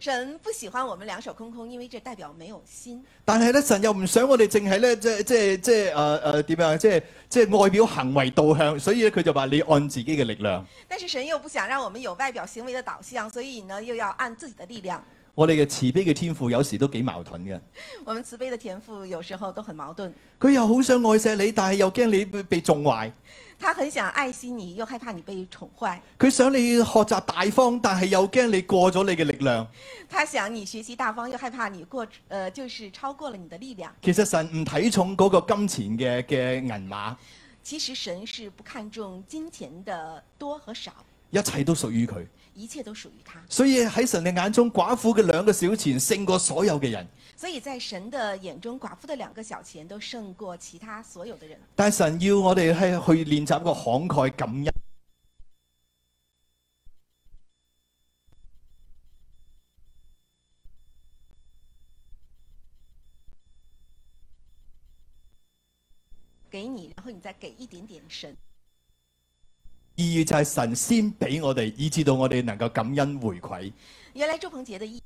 B: 神不喜欢我们两手空空，因为这代表没有心。
A: 但係咧，神又唔想我哋淨係咧，即係即係即係誒誒點樣？啊即係即係外表行為導向，所以咧佢就話你按自己嘅力量。
B: 但是神又不想让我们有外表行为的导向，所以呢，又要按自己的力量。
A: 我哋嘅慈悲嘅天父有時都幾矛盾嘅，
B: 我们慈悲的天父有时候都很矛盾，
A: 佢又好想愛錫你，但係又驚你被縱壞。
B: 他很想爱惜你，又害怕你被宠坏；
A: 佢想你學習大方，但係又驚你過咗你嘅力量。
B: 他想你学习大方，又害怕你过呃就是超过了你的力量。
A: 其實神唔睇重嗰個金錢嘅嘅銀碼，
B: 其实神是不看重金钱的多和少，
A: 一切都屬於佢。
B: 一切都属于他。
A: 所以喺神嘅眼中，寡婦嘅兩個小錢勝過所有嘅人。
B: 所以在神的眼中，寡妇的两个小钱都胜过其他所有的人。
A: 但係神要我哋係去練習一個慷慨感恩。
B: 给你，然后你再给一点点神。
A: 意義就係神先俾我哋，以至到我哋能夠感恩回饋。
B: 原来祝鹏杰的意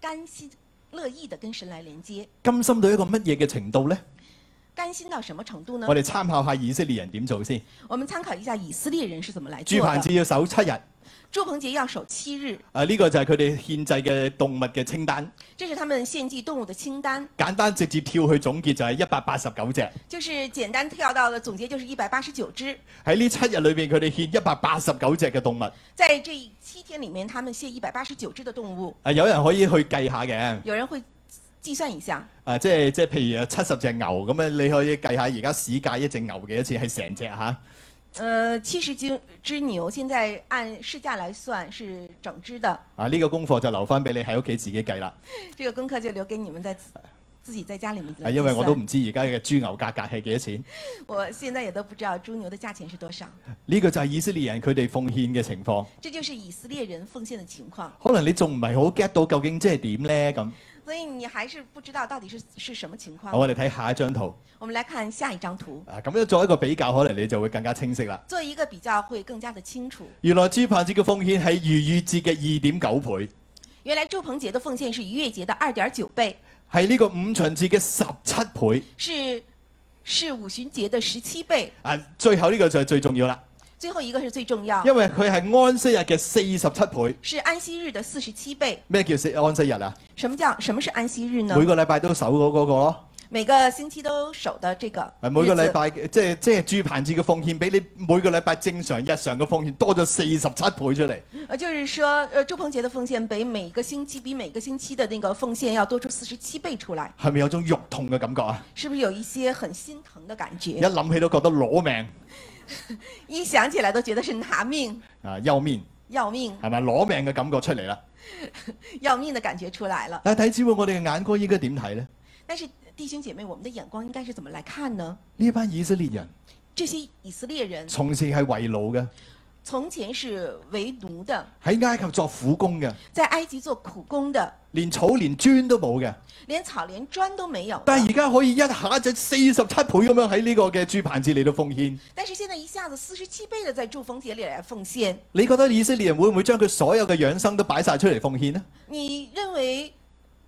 B: 甘心乐意的跟神来连接，
A: 甘心到一個乜嘢嘅程度呢？
B: 甘心到什么程度呢
A: 我？哋參考下以色列人點做先。
B: 我们参考一下以色列人是怎么来
A: 住
B: 做
A: 棚
B: 的。
A: 節要守七日，
B: 祝鹏杰要守七日，
A: 啊呢、個就係佢哋獻祭嘅動物嘅清單。
B: 这是他们献祭动物的清单，
A: 簡單直接跳去總結就係一百八十九隻。
B: 就是简单跳到了总结，就是一百八十九只。
A: 喺呢七日裏邊，佢哋獻一百八十九隻嘅動物。
B: 在这七天里面，他们献一百八十九只的动物，
A: 啊，有人可以去計下嘅。
B: 有人会计算一下，
A: 啊，即係即係，譬如七十隻牛咁樣，你可以計下而家市價一隻牛幾多錢，係成隻嚇。
B: 呃，七十斤只牛现在按市价来算是整只的，
A: 啊，呢、個功課就留翻俾你喺屋企自己計啦。
B: 这个功课就留给你们在自自己在家里面
A: 啊，
B: 来计算。
A: 因為我都唔知而家嘅豬牛價格係幾多錢。
B: 我现在也都不知道猪牛的价钱是多少，
A: 呢、個就係以色列人佢哋奉獻嘅情況。
B: 这就是以色列人奉献的情况，
A: 可能你仲唔係好 get 到究竟即係點呢？咁。
B: 所以你还是不知道到底是是什么情
A: 好
B: 况。
A: 啊我哋睇下一張圖。
B: 我们来看下一张图，
A: 啊，咁樣做一個比較，可能你就會更加清晰啦。
B: 做一个比较会更加的清楚。
A: 原來豬棚節嘅奉獻係逾越節嘅二點九倍，
B: 原来祝鹏杰的奉献是逾越节的二点九倍，
A: 係呢個五旬節嘅十七倍。
B: 是是五旬节的十七倍，
A: 啊，最後呢個就係最重要啦，
B: 最后一个是最重要，
A: 因為佢係安息日嘅四十七倍。
B: 是安息日的四十七倍。
A: 咩叫四安息日啊？
B: 什么叫什么是安息日呢？
A: 每個禮拜都守嗰嗰個咯。
B: 每個星期都守的这哎个
A: 啊每個
B: 日
A: 禮
B: 子
A: 拜嘅即係即係豬棚節嘅奉獻，比你每個禮拜正常日常嘅奉獻多咗四十七倍出嚟。
B: 呃，就是说，呃，祝鹏杰的奉献比每个星期比每个星期的那个奉献要多出四十七倍出来，
A: 係咪有種肉痛嘅感覺啊？
B: 是不是有一些很心疼的感
A: 一
B: 觉？
A: 諗起都覺得攞命
B: 一想起来都觉得是拿命
A: 啊，休面
B: 要命
A: 係咪攞命嘅感覺出嚟啦？
B: 要命的感觉出来了。
A: 但係睇姊妹，我哋嘅眼光應該點睇呢？
B: 但是弟兄姐妹，我们的眼光应该是怎么来看呢？
A: 呢班以色列人
B: 这些以色列人
A: 從前係為奴嘅，
B: 从前是为奴的，
A: 喺埃及作苦工嘅，
B: 在埃及做苦工的，
A: 連草連磚都冇嘅。
B: 连草连砖都没有的。
A: 但係而家可以一下就四十七倍咁樣喺呢個嘅豬棚節嚟到奉獻。
B: 但是现在一下子四十七倍的在祝鹏杰里来奉献，
A: 你覺得以色列人會唔會將佢所有嘅養生都擺晒出嚟奉獻呢？
B: 你认为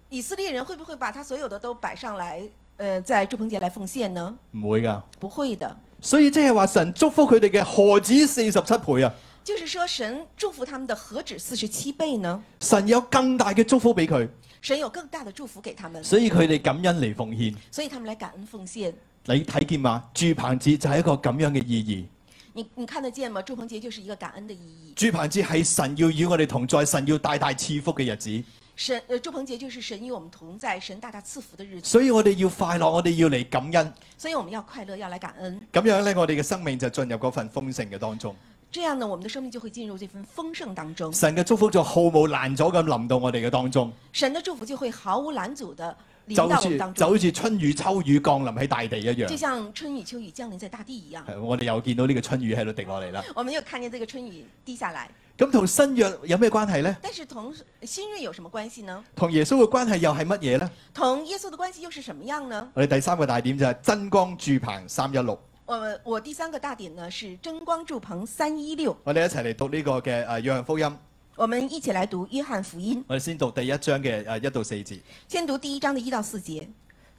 B: 以色列人会不会把他所有的都摆上来，呃，在祝鹏节来奉献呢？
A: 唔會㗎。
B: 不会的，
A: 所以即係話神祝福佢哋嘅何止四十七倍啊！
B: 就是说神祝福他们的何止四十七倍呢？
A: 神有更大嘅祝福俾佢，
B: 神有更大的祝福给他们，
A: 所以佢哋感恩嚟奉獻。
B: 所以他们来感恩奉献。
A: 你睇見嘛？住棚節就係一個咁樣嘅意
B: 你你看得见吗？祝鹏节就是一个感恩的意义
A: 義。。住棚節係神要與我哋同在，神要大大賜福嘅日子。
B: 神呃，祝鹏节就是神与我们同在，神大大赐福的日子，
A: 所以我哋要快樂，我哋要嚟感恩，
B: 所以我们要快乐，要来感恩。
A: 咁樣呢，我哋嘅生命就進入嗰份豐盛嘅當中。
B: 这样呢，我们的生命就会进入这份丰盛当中，
A: 神嘅祝福就毫無難阻咁臨到我哋嘅當中，
B: 神的祝福就会毫无拦阻的临
A: 就
B: 到
A: 好
B: 我
A: 似
B: 们当
A: 就
B: 中，
A: 好似春雨秋雨降臨喺大地一
B: 就
A: 樣。
B: 像春雨秋雨降临在大地一样。
A: 係我哋又見到呢個春雨喺度滴落嚟啦。
B: 我们又看见这个春雨滴下来，
A: 咁同新約有咩關係呢？
B: 但是同新锐有什么关系呢？
A: 同耶穌嘅關係又係乜嘢呢？
B: 同耶稣的关系又是什么样呢？
A: 我哋第三個大點就係真光住棚三一六。
B: 我我第三个大点呢是争光祝棚三一六，
A: 我哋一齊嚟讀呢個嘅誒約翰福音，
B: 我们一起来读约翰福音，
A: 我哋先讀第一章嘅啊誒一到四節。
B: 先读第一章的一到四节。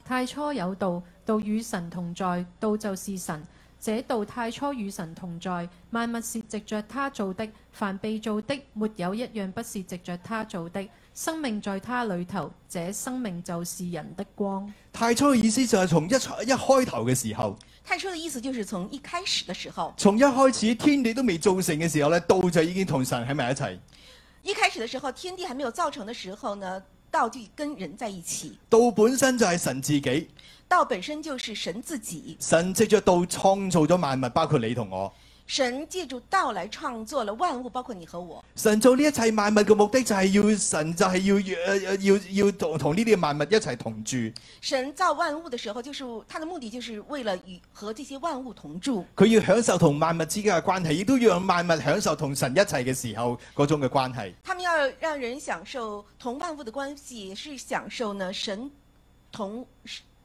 C: 太初有道，道與神同在，道就是神。這道太初與神同在，萬物是藉着他做的，凡被做的沒有一樣不是藉着他做的。生命在他裏頭，這生命就是人的光。
A: 太初嘅意思就係從一初一開頭嘅時候，
B: 太初的意思就是從一开始的时候，
A: 從一開始天地都未造成嘅時候咧，道就已經同神喺埋一齊。
B: 一开始的时候，天地还没有造成的时候呢，道就跟人在一起，
A: 道本身就係神自己，
B: 道本身就是神自己，
A: 神藉着道創造咗萬物，包括你同我。
B: 神借助道来创作了萬物，包括你和我。
A: 神做呢一切萬物嘅目的就係要神就係要呃呃要要同同呢啲萬物一齊同住，
B: 神造萬物的时候，就是他的目的，就是为了与和这些萬物同住，
A: 佢要享受同萬物之間嘅關係，亦都要讓萬物享受同神一齊嘅時候嗰種嘅關係。
B: 他们要让人享受同萬物的关系，是享受呢神同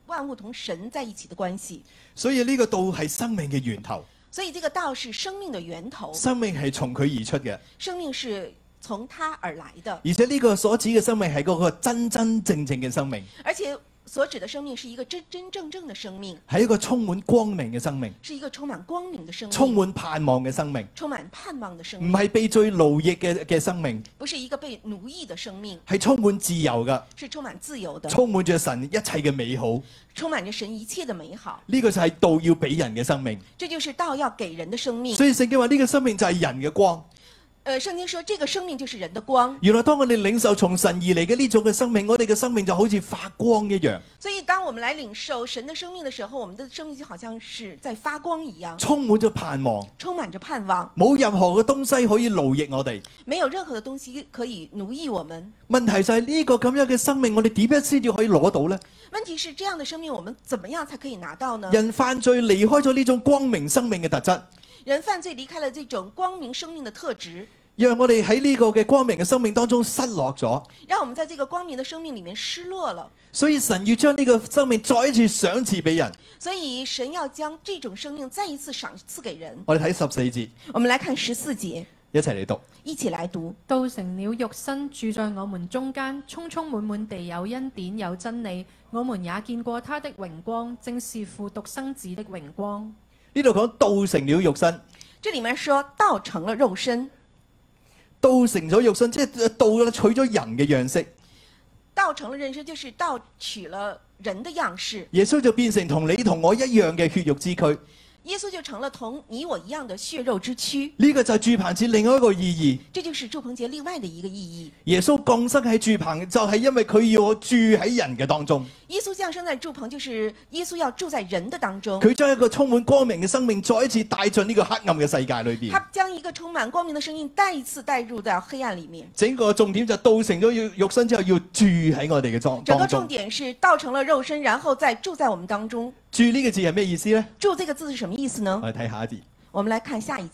B: 萬物同神在一起的关系。
A: 所以呢個道係生命嘅源頭，
B: 所以这个道是生命的源头，
A: 生命係從佢而出嘅，
B: 生命是从它而来的。
A: 而且呢個所指嘅生命係嗰個真真正正嘅生命，
B: 而且所指的生命是一个真真正正的生命，
A: 係一個充滿光明嘅生命，
B: 是一个充满光明的生命，
A: 充滿盼望嘅生命，
B: 充满盼望的生
A: 唔
B: 命，
A: 係被罪奴役嘅嘅生命，
B: 不是一个被奴役的生命，
A: 係充滿自由嘅，
B: 是充满自由的，
A: 充滿住神一切嘅美好。
B: 充满着神一切的美好。
A: 呢、個就係道要俾人嘅生命，
B: 这就是道要给人的生命。
A: 所以聖經話呢個生命就係人嘅光。
B: 呃，聖經說这个生命就是人的光，
A: 原來當我哋領受從神而嚟嘅呢種嘅生命，我哋嘅生命就好似發光一樣，
B: 所以当我们来领受神的生命的时候，我们的生命就好像是在发光一样，
A: 充滿咗盼望，
B: 充满着盼望，
A: 冇任何嘅東西可以奴役我哋。
B: 没有任何的东西可以奴役我们。
A: 問題就係呢個咁樣嘅生命，我哋點樣先至可以攞到呢？
B: 问题是这样的生命，我们怎么样才可以拿到呢？
A: 人犯罪離開咗呢種光明生命嘅特質，
B: 人犯罪离开了这种光明生命的特质，
A: 讓我哋喺呢個嘅光明嘅生命當中失落咗。
B: 让我们在这个光明的生命里面失落了。
A: 所以神要將呢個生命再一次賞賜俾人。
B: 所以神要将这种生命再一次赏赐给人。
A: 我哋睇十四節，
B: 我们来看十四节，
A: 一齊嚟讀。
B: 一起来读。
C: 道成了肉身，住在我們中間，充充滿滿地有恩典有真理。我們也見過他的榮光，正是父獨生子的榮光。
A: 呢度講道成了肉身，
B: 这里面说道成了肉身，
A: 道成咗肉身，即係道取咗人嘅樣式。
B: 道成了人身，就是道取了人的样式。
A: 耶穌就變成同你同我一樣嘅血肉之軀。
B: 耶稣就成了同你我一样的血肉之躯，
A: 呢、個就係住棚節另外一個意義。
B: 这就是祝鹏杰另外的一个意義。
A: 耶穌降生喺住棚，就係因為佢要我住喺人嘅當中。
B: 耶稣降生在祝鹏，就是耶稣要住在人的当中，
A: 佢將一個充滿光明嘅生命再一次帶進呢個黑暗嘅世界裏
B: 他
A: 邊。
B: 将一个充满光明的声音再一次带入到黑暗里面。
A: 整個重點就道成咗肉肉身之後，要住喺我哋嘅當
B: 整
A: 當
B: 个重
A: 中。
B: 点是道成了肉身，然后再住在我们当中。
A: 住呢個字係咩意思呢？
B: 住这个字是什么意思呢
A: 我？哋睇下一節。
B: 我们来看下一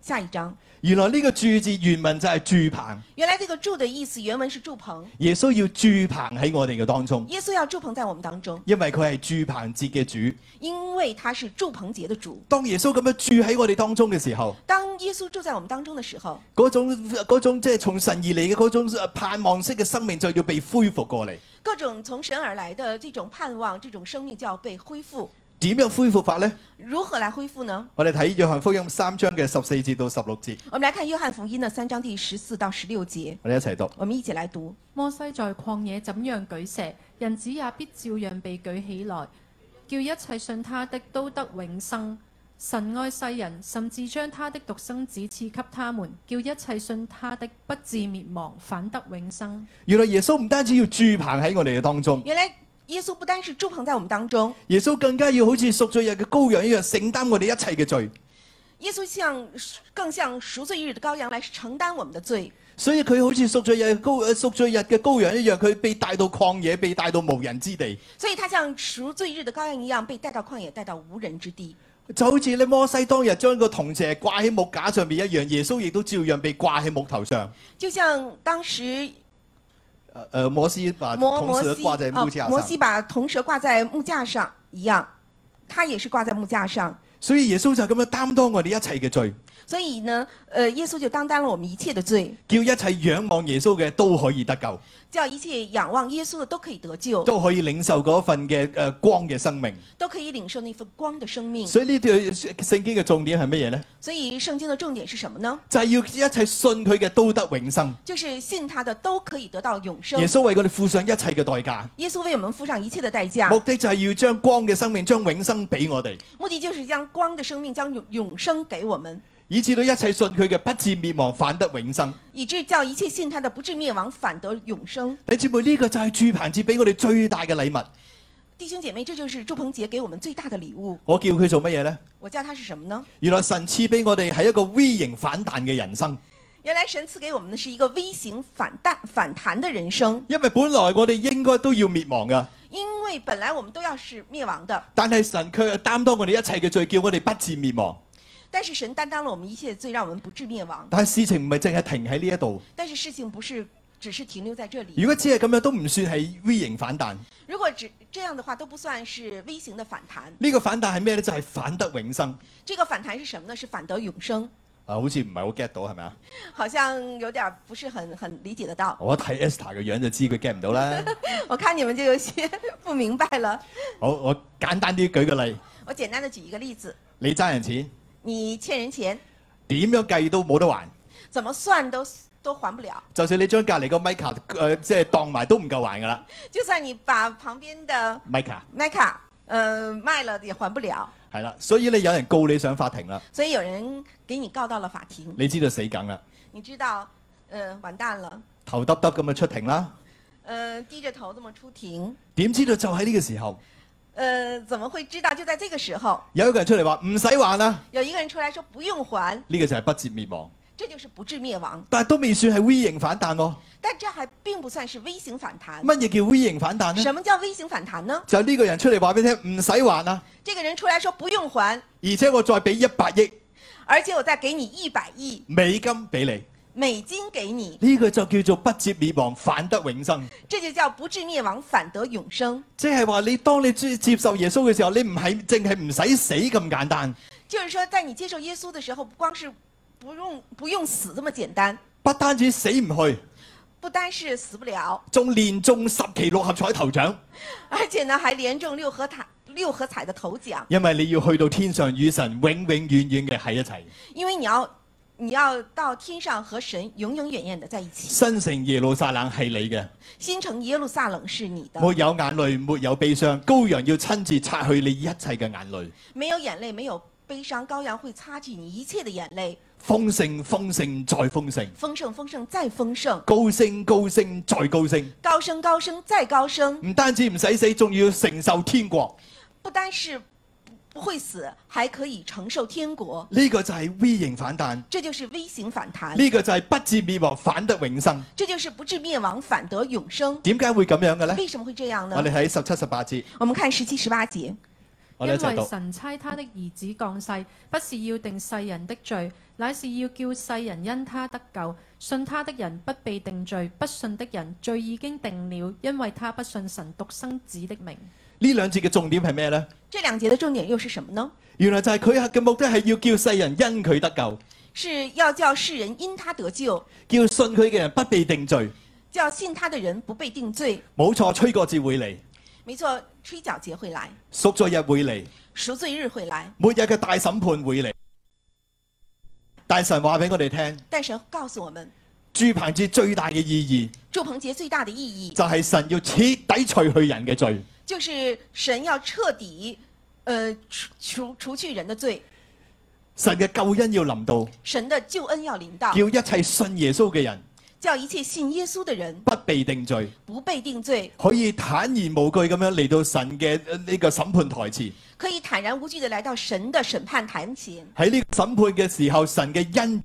B: 下一章。
A: 原來呢個住字原文就係住棚，
B: 原来这个住的意思原文是住棚，
A: 耶穌要住棚喺我哋嘅當中，
B: 耶稣要住棚在我们当中，
A: 因為佢係住棚節嘅主。
B: 因为他是住棚节的主。
A: 當耶穌咁樣住喺我哋當中嘅時候，
B: 当耶稣住在我们当中的时候，
A: 嗰種嗰種即係從神而嚟嘅嗰種呃盼望式嘅生命就要被恢復過嚟。
B: 各种从神而来的这种盼望，这种生命就要被恢复。
A: 點樣恢復法呢？
B: 如何来恢复呢？
A: 我哋睇約翰福音三章嘅十四節到十六節，
B: 我们来看约翰福音的三章第十四到十六节，
A: 我哋一齊讀。
B: 我们一起来读。
C: 摩西在曠野怎樣舉蛇，人子也必照樣被舉起來，叫一切信他的都得永生。神愛世人，甚至將他的獨生子賜給他們，叫一切信他的不至滅亡，反得永生。
A: 原來耶穌唔單止要住棚喺我哋嘅當中，
B: 原来耶稣不单是住棚在我们当中，
A: 耶穌更加要好似贖罪日嘅羔羊一樣，承擔我哋一切嘅罪。
B: 耶稣像更像赎罪日的羔羊来承担我们的罪。
A: 所以佢好似贖罪日嘅羔呃贖罪日嘅羔羊一樣，佢被帶到曠野，被帶到無人之地，
B: 所以他像赎罪日的羔羊一样被带到旷野，带到无人之地。
A: 就好似咧摩西當日將個銅蛇掛喺木架上面一樣，耶穌亦都照樣被掛喺木頭上。
B: 就像当时
A: 呃呃，摩西把
B: 摩
A: 銅
B: 摩
A: 蛇
B: 西
A: 掛在木架
B: 啊摩
A: 上。
B: 西把铜蛇挂在木架上一样，他也是挂在木架上。
A: 所以耶穌就咁樣擔當我哋一切嘅罪，
B: 所以呢，呃，耶稣就担当了我们一切的罪，
A: 叫一切仰望耶穌嘅都可以得救，
B: 叫一切仰望耶稣的都可以得救，
A: 都可以領受嗰份嘅誒、呃光嘅生命。
B: 都可以领受那份光的生命。
A: 所以呢段聖經嘅重點係乜嘢呢？
B: 所以圣经的重点是什么呢？
A: 就係、要一切信佢嘅都得永生。
B: 就是信他的都可以得到永生
A: 耶。穌為我哋付上一切嘅代
B: 耶稣为我们付上一切的代
A: 價，
B: 价，
A: 目的就係要將光嘅生命、將永生俾我哋，
B: 目的就是将光的生命、将永永生给我们，
A: 以至到一切信佢嘅不至滅亡，反得永生。
B: 以致叫一切信他的不至灭亡，反得永生。
A: 弟兄姊妹，呢、個就係住棚節俾我哋最大嘅禮物。
B: 弟兄姐妹，这就是祝鹏杰给我们最大的礼物。
A: 我叫佢做乜嘢呢？
B: 我叫它是什么呢？
A: 原來神賜俾我哋係一個 V 型反彈嘅人生。
B: 原来神赐给我们的是一个 V 型反弹反弹的人生，
A: 因為本來我哋應該都要滅亡噶，
B: 因为本来我们都要是灭亡的，
A: 但係神卻擔當我哋一切嘅罪，叫我哋不至滅亡。
B: 但是神担当了我们一切的罪，让我们不至灭亡。
A: 但係事情唔係淨係停喺呢一度。
B: 但是事情不是只是停留在这里，
A: 如果只係咁樣，都唔算係 V 型反彈。呢、
B: 如果只这样的话，都不算是 V 型的反弹。
A: 個反彈係咩呢？就係、反得永生。
B: 这个反弹是什么呢？是反得永生，
A: 啊，好似唔係好 get 到係咪啊？
B: 好像有点儿不是很很理解得到。
A: 我一睇 Esther 嘅樣就知佢 get 唔到啦。
B: 我看你们就有些不明白了。
A: 好，我簡單啲舉個例，
B: 我简单的举一个例子，
A: 你爭人錢
B: 你欠人錢，
A: 點樣計都冇得還，
B: 怎么算都都還不了。
A: 就算你將隔離個 Mika 誒、呃即係當埋都唔夠還㗎啦。
B: 就算你把旁邊的
A: Mika
B: 麦卡，呃，卖了也还不了，
A: 係啦，所以咧有人告你上法庭啦，
B: 所以有人給你告到了法庭，
A: 你知道死梗啦，
B: 你知道，呃，完蛋了，
A: 頭耷耷咁樣出庭啦。
B: 呃，低着頭这麼出庭，
A: 點知道就喺呢個時候，
B: 呃，怎麼會知道？就在這個時候，
A: 有一個人出嚟話唔使還啦，
B: 有一個人出來說不用還，
A: 呢、個就係不折滅亡。
B: 這就是不致滅亡。
A: 但係都未算係 V 型反彈喎、
B: 但這還並不算是微型反彈。
A: 乜嘢叫 V 型反 彈呢？
B: 什麼叫微型反彈呢？
A: 就係呢個人出嚟話俾你聽，唔使還啦，
B: 這個人出來說不用還，
A: 而且我再俾一百億
B: 而且我再給你一百億
A: 美金俾你，
B: 美金給你，
A: 呢、個就叫做不折滅亡，反得永生。
B: 這就叫不致滅亡，反得永生。
A: 即係話你當你接接受耶穌嘅時候，你唔係淨係唔使死咁簡單，
B: 就是說，在你接受耶穌的時候，不光是不用不用死這麼簡單，
A: 不單止死唔去，
B: 不單是死不了，
A: 仲連中十期六合彩頭獎，
B: 而且呢還連中六合彩六合彩的頭獎，
A: 因為你要去到天上與神永永遠遠嘅喺一齊。
B: 因為你要你要到天上和神永永遠遠的在一起。
A: 新城耶路撒冷係你嘅，
B: 新城耶路撒冷是你的，
A: 沒有眼淚，沒有悲傷，羔羊要親自擦去你一切嘅眼淚。
B: 沒有眼淚，沒有悲傷，羔羊會擦去你一切的眼淚。
A: 豐盛，豐盛再豐盛，
B: 豐盛，豐盛再豐盛，
A: 高升，高升再高升。
B: 高升，高升再高升。
A: 唔單止唔使死，仲要承受天國。
B: 不單是不不會死，還可以承受天國。
A: 呢、個就係 V 型反彈，呢、
B: 這就是微型反彈。
A: 個就係不至滅亡，反得永生。
B: 这就是不至灭亡，反得永生。
A: 點解會咁樣嘅呢？
B: 为什么会这样呢
A: 我？哋喺十七、十八節，
B: 我们看十七、十八节，
A: 我
C: 因
A: 哋一齊
C: 為
A: 讀。
C: 神差他的兒子降世，不是要定世人的罪，乃是要叫世人因他得救。信他的人不被定罪，不信的人罪已經定了，因為他不信神獨生子的名。
A: 呢兩節嘅重點係咩呢？
B: 这两节的重点又是什么呢？
A: 原來就係佢嘅目的係要叫世人因佢得救，
B: 是要叫世人因他得救，
A: 叫信佢嘅人不被定罪。
B: 叫信他的人不被定罪。
A: 冇錯，吹角節會嚟，
B: 没错，吹角节会来，
A: 贖罪日會嚟，
B: 赎罪日会来。
A: 末日嘅大審判會嚟。大神話俾我哋聽，
B: 但神告诉我们，
A: 住棚節最大嘅意
B: 祝棚节最大的意
A: 義
B: 义
A: 就係神要徹底除去人嘅罪。
B: 就是神要彻底，呃，除除除去人的罪。
A: 神嘅救恩要臨到，
B: 神的救恩要临到，
A: 叫一切信耶穌嘅人
B: 叫一切信耶稣的人
A: 不被定罪，
B: 不被定罪，
A: 可以坦然無懼咁樣嚟到神嘅呃呢個審判台前。
B: 可以坦然无惧地来到神的审判台前，
A: 喺呢個審判嘅時候，神嘅恩，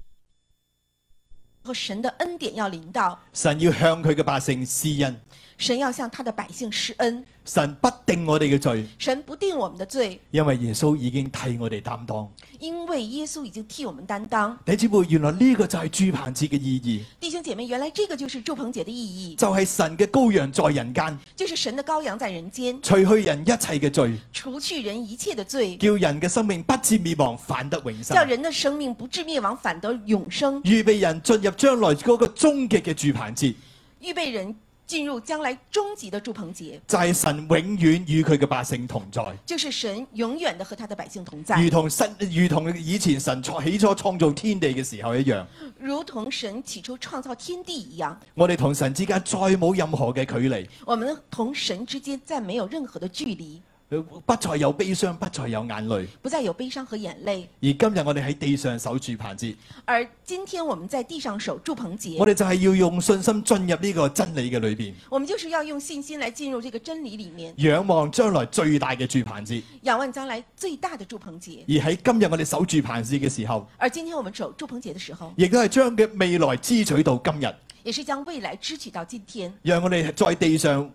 B: 和神的恩典要临到，
A: 神要向佢嘅百姓施恩，
B: 神要向他的百姓施恩，
A: 神不定我哋嘅罪，
B: 神不定我们的罪，
A: 因為耶穌已經替我哋擔當。
B: 因为耶稣已经替我们担当。
A: 弟兄姊妹，原來呢個就係住棚節嘅意義，
B: 弟兄姐妹，原来这个就是祝棚节的意义，
A: 就係神嘅羔羊在人間，
B: 就是神的羔羊在人间，
A: 除去人一切嘅罪，
B: 除去人一切的罪，
A: 叫人嘅生命不至滅亡，反得永生
B: 叫。人的生命不至灭亡，反得永生，
A: 預備人進入將來嗰個終極嘅住棚節，
B: 预备人进入将来终极的祝棚节，
A: 就係神永遠與佢嘅百姓同在，
B: 就是神永远的和他的百姓同在。
A: 如同新，如同以前神創起初創造天地嘅時候一樣。
B: 如同神起初创造天地一样，
A: 我哋同神之間再冇任何嘅距離，
B: 我们同神之间再没有任何的距离，
A: 不再有悲傷，不再有眼淚。
B: 不再有悲伤和眼泪。
A: 而今日我哋喺地上守住棚節，
B: 而今天我们在地上守祝棚节
A: 我，哋就係要用信心進入呢個真理嘅裏邊，
B: 我们就是要用信心来进入这个真理里面，
A: 仰望將來最大嘅住棚節。
B: 仰望将来最大的祝棚节。
A: 而喺今日我哋守住棚節嘅時候，
B: 而今天我们守祝棚节的时候，
A: 亦都係將嘅未來支取到今日，
B: 也是将未来支取到今天，
A: 讓我哋在地上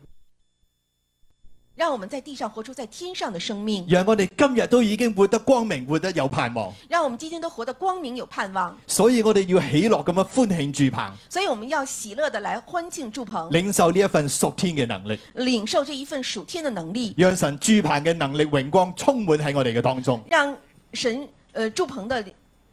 B: 让我们在地上活出在天上的生命，
A: 让我哋今日都已經活得光明，活得有盼望，
B: 让我们今天都活得光明有盼望。
A: 所以我哋要喜樂咁樣歡慶住棚，
B: 所以我们要喜乐的来欢庆祝棚，
A: 領受呢一份屬天嘅能力，
B: 领受这一份属天的能力，
A: 讓神住棚嘅能力榮光充滿喺我哋嘅當中。
B: 让神呃祝棚的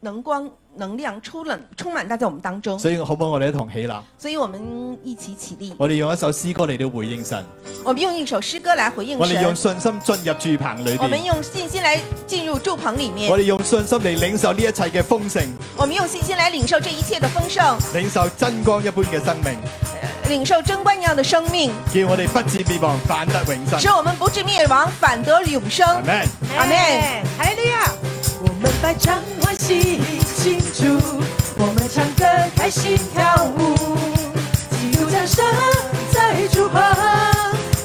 B: 能光能量充满充满大在我们当中。
A: 所以可唔可以我哋一同起立？
B: 所以我们一起起立，
A: 我哋用一首詩歌嚟到回應神，
B: 我们用一首诗歌来回应
A: 我哋用
B: 神，
A: 信心進入住棚裏
B: 嗯我们
A: 邊，
B: 用信心来进入祝棚里面
A: 我，哋用信心嚟領受呢一切嘅豐盛，
B: 我们用信心来领受这一切的丰盛，
A: 領受真光一般嘅生命，
B: 领受争冠一样的生命。
A: 叫我哋不至滅亡，反得永生
B: 使。我们不至灭亡，反得永生。
A: 阿 m
B: 阿门。
D: 哈利路亚！我们百唱欢喜庆祝，我们唱歌开心跳舞，基督掌声在主旁，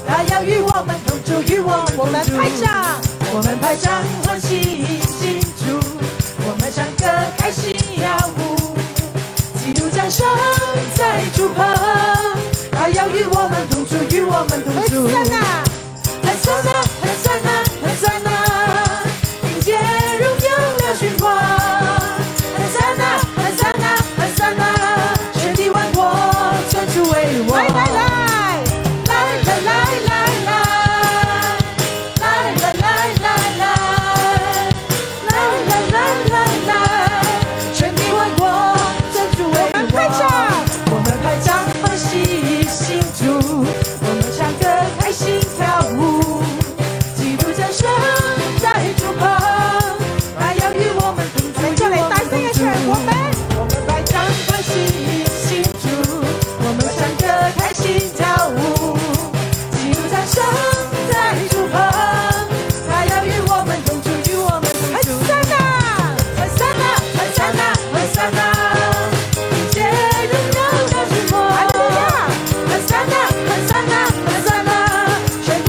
D: 他要与我们同住，与我们我们拍掌，我们拍掌欢喜庆祝，我们唱歌开心跳舞，基督掌声在主旁，他要与我们同住，与我们同住。
B: 哎
D: 很酸呐，很酸呐，很酸呐，迎接荣耀的曙光。很酸呐，很酸呐，很酸呐，全地万国全主为我。来来来，来来来来来，来来来来来，来来来来来，全地万国全主为我。我们拍掌，我们拍掌欢喜庆祝，我们唱歌开心跳舞，基督掌声在主旁，他要与我们同在，这里大声一圈，我们我们拍掌欢喜庆祝，我们唱歌开心跳舞，基督掌声在主旁，他要与我们同住，与我们同住。哈利路亚！哈利路亚！哈利路亚！迎接荣耀的曙光。哈利路亚！哈利路亚！哈利路亚！哈利路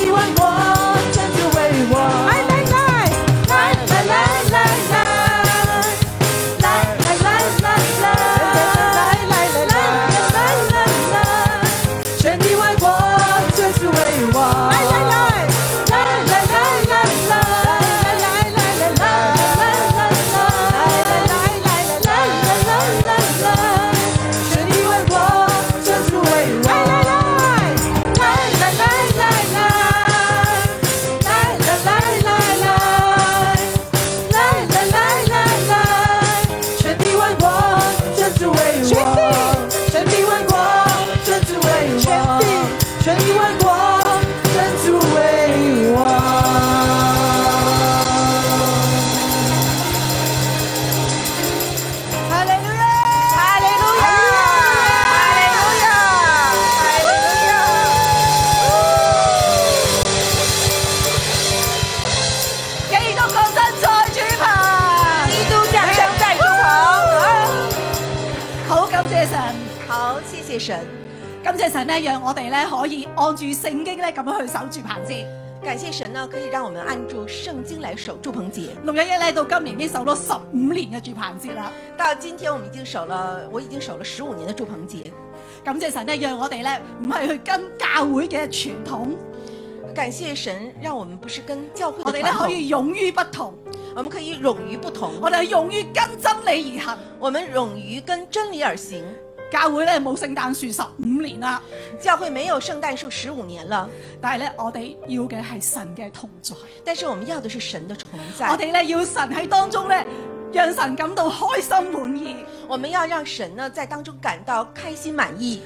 D: 亚！全地万国全主为我。来来来！来来来来来！来来来来来！来来来来来来！全地万国全主为我。来来来！来来来来来！来来来来来来！全地万国，真主为王。哈利路亚！哈利路亚！哈利路亚！哈利路亚！基督降生在主旁，基督降
B: 谢神，
E: 感謝神咧，讓我哋咧可以按住聖經咧咁樣去守住棚節。
B: 感谢神呢，可以让我们按住圣经来守住棚节。
E: 六一一咧到今年已經守咗十五年嘅住棚節啦。
B: 到今天我们已经守了，我已经守了十五年的住棚节。
E: 感謝神咧，讓我哋咧唔係去跟教會嘅傳統，
B: 感谢神，让我们不是跟教会
E: 我哋
B: 的
E: 咧
B: 传
E: 可
B: 统，
E: 以勇於不同，
B: 我们可以勇于不同，
E: 我哋係勇於跟真理而行。
B: 我们勇于跟真理而行。
E: 教會咧冇聖誕樹十五年啦，
B: 教会没有圣诞树十五年了，
E: 但係咧我哋要嘅係神嘅同在，
B: 但是我们要的是神的同
E: 我
B: 在。
E: 哋咧要神喺當中咧，讓神感到開心滿意，
B: 我们要让神呢在当中感到开心满意，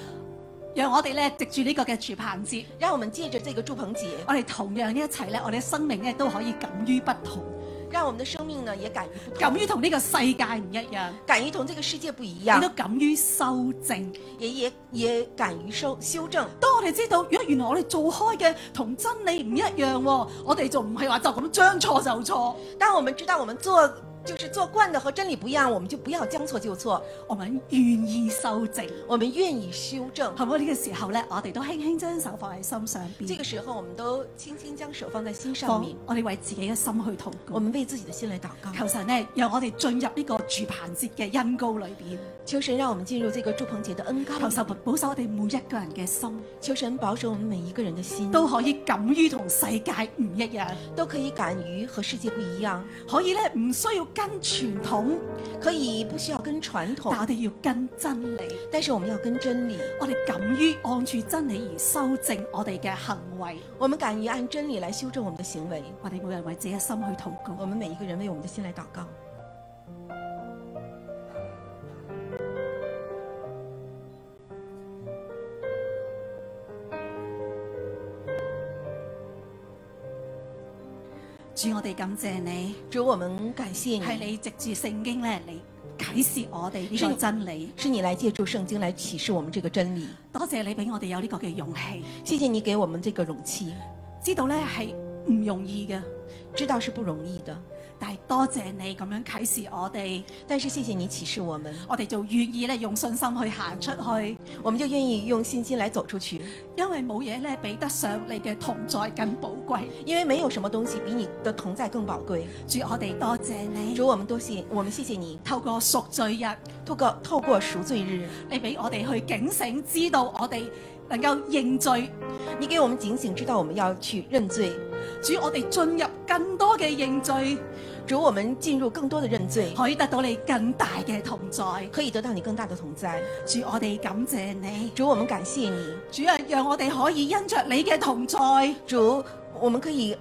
E: 讓我哋咧藉住呢個嘅住棚節，
B: 让我们借着这个祝棚节，
E: 我哋同樣呢一齊咧，我哋嘅生命咧都可以敢於不同，
B: 让我们的生命呢也敢于不
E: 敢
B: 同，
E: 於同呢個世界唔一樣，
B: 敢于同这个世界不一
E: 亦
B: 样
E: 都，敢於修正。
B: 也也也敢于修修正。
E: 當我哋知道，如果原來我哋做開嘅同真理唔一樣喎，我哋就唔係話就咁將錯就錯，
B: 当我们知道我们做就是做惯的和真理不一样，我们就不要将错就错，
E: 我們願意修正。
B: 我们愿意修正。
E: 好唔好？呢、個時候咧，我哋都輕輕將手放喺心上邊，
B: 这个时候，我们都轻轻将手放在心上
E: 放
B: 面，
E: 我哋為自己嘅心去禱
B: 我
E: 告。
B: 们为自己的心来祷告，
E: 求神咧，讓我哋進入呢個住棚節嘅恩高裏邊。
B: 求神让我们进入这个祝棚节的恩膏里
E: 求，神保守我哋每一個人嘅心，
B: 求神保守我们每一个人的心，
E: 都可以敢於同世界唔一樣，
B: 都可以敢于和世界不一样，
E: 可以咧唔需要跟傳統，
B: 可以不需要跟传统
E: 但，我哋要跟真理。
B: 但是我们要跟真理，
E: 我哋敢於按住真理而修正我哋嘅行為，
B: 我们敢于按真理来修正我们的行为。
E: 我哋每人為自己嘅心去禱告
B: 我。们每一个人为我们的心来祷告。
E: 主，我哋感謝你，
B: 主，我们感谢
E: 係
B: 你，
E: 你藉住聖經咧，你啟示我哋呢個
B: 是
E: 真理。
B: 是你来借助圣经来启示我们这个真理。
E: 多謝你俾我哋有呢個嘅勇氣，
B: 谢谢你给我们这个勇气，
E: 知道咧係唔容易嘅，
B: 知道是不容易的，
E: 但係多謝你咁樣啟示我哋，
B: 但是谢谢你启示我们，
E: 我哋就願意咧用信心去行出去，
B: 我们就愿意用信心来走出去，
E: 因為冇嘢咧比得上你嘅同在更寶貴。
B: 因为没有什么东西比你的同在更宝贵。
E: 主，我哋多謝你，
B: 主，我们多谢，我们谢谢你，
E: 透過贖罪日。
B: 透过透过赎罪日，
E: 你俾我哋去警醒，知道我哋能夠認罪。
B: 你给我们警醒，知道我们要去认罪。
E: 主，我哋進入更多嘅認罪，
B: 主，我们进入更多的认罪，
E: 可以得到你更大嘅同在。
B: 可以得到你更大的同在。
E: 主，我哋感謝你。
B: 主，我们感谢你。
E: 主啊，讓我哋可以因着你嘅同在，
B: 主，我们可以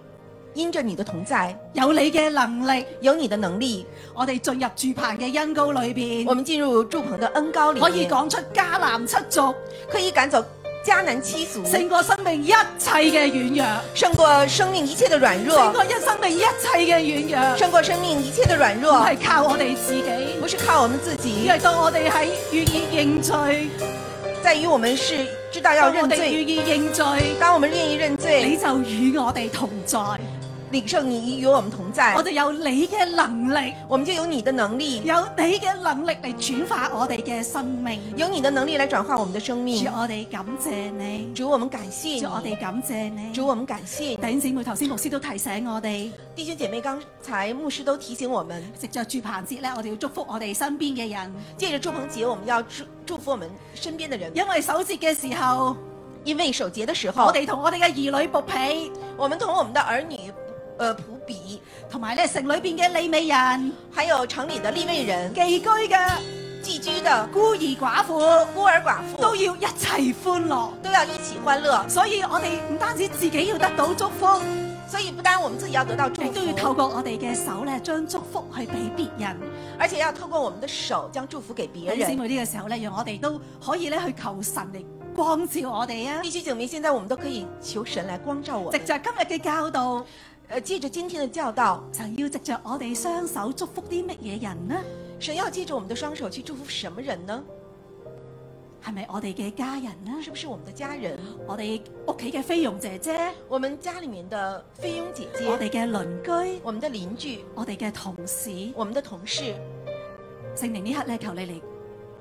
B: 因着你的同在，
E: 有你嘅能力，
B: 有你的能力，
E: 我哋進入住棚嘅恩膏裏边
B: 我，们进入祝棚的恩高里
E: 可
B: 面，
E: 以講出迦南七族，
B: 可以赶走迦南七族，
E: 勝過生命一切嘅軟
B: 胜过生命一切的软
E: 弱，勝
B: 弱，
E: 過一生命一切嘅軟弱，
B: 胜过生命一切的软
E: 唔
B: 弱，
E: 係靠我哋自己
B: 不，是靠我们自
E: 而
B: 己，
E: 係當我哋喺願意認罪。
B: 在于我们是知道要
E: 当我
B: 认
E: 哋
B: 罪。
E: 愿意认罪，
B: 当我们愿意认
E: 你
B: 罪，
E: 就与我哋同在。
B: 领受你与我们同在
E: 我，哋有你嘅能力，
B: 我们就有你的能力，
E: 有你嘅能力嚟转化我哋嘅生命。
B: 有你的能力来转化我们的生
E: 主，
B: 命。
E: 我哋感谢你，
B: 主，我们感谢你
E: 主，，我哋感谢你。
B: 主，我们感谢你。
E: 弟兄姊妹，头先牧师都提醒我哋，
B: 弟兄姐妹，刚才牧师都提醒我们，
E: 藉着住棚节咧，我哋要祝福我哋身边嘅人，
B: 借着祝棚节，我们要祝祝福我们身边的人，
E: 因为守节嘅时候，
B: 因为守节的时候
E: 我，哋同我哋嘅儿女仆婢，
B: 我们同我们的儿女，呃，普比，
E: 同埋咧城里边嘅利美人、
B: 还有城里的利未人、
E: 寄居嘅
B: 寄居的
E: 孤儿寡妇，
B: 孤儿寡妇，
E: 都
B: 都
E: 要一齐欢乐。
B: 都要一起欢乐。
E: 所以我哋唔單止自己要得到祝福，
B: 所以，不单我们自己要得到祝
E: 哎亦都要透
B: 福，
E: 過我哋嘅手咧，將祝福去俾別人。
B: 而且要透过我们的手将祝福给别
E: 弟兄姊
B: 人。
E: 妹呢個時候咧，讓我哋都可以咧去求神嚟光照我哋啊！
B: 必须证明，现在我们都可以求神来光照我
E: 藉
B: 们。
E: 着今日嘅教導，
B: 呃，借着今天的教导，
E: 神要藉着我哋雙手祝福啲乜嘢人呢？
B: 神要借着我们的双手去祝福什么人呢？
E: 係咪我哋嘅家人呢？
B: 是不是我们的家人？
E: 我哋屋企嘅菲傭姐姐，
B: 我们家里面的菲佣姐
E: 我
B: 姐，
E: 哋嘅鄰居，
B: 我们的邻居，
E: 我哋嘅同事。
B: 我们的同事。
E: 聖靈呢刻咧，求你嚟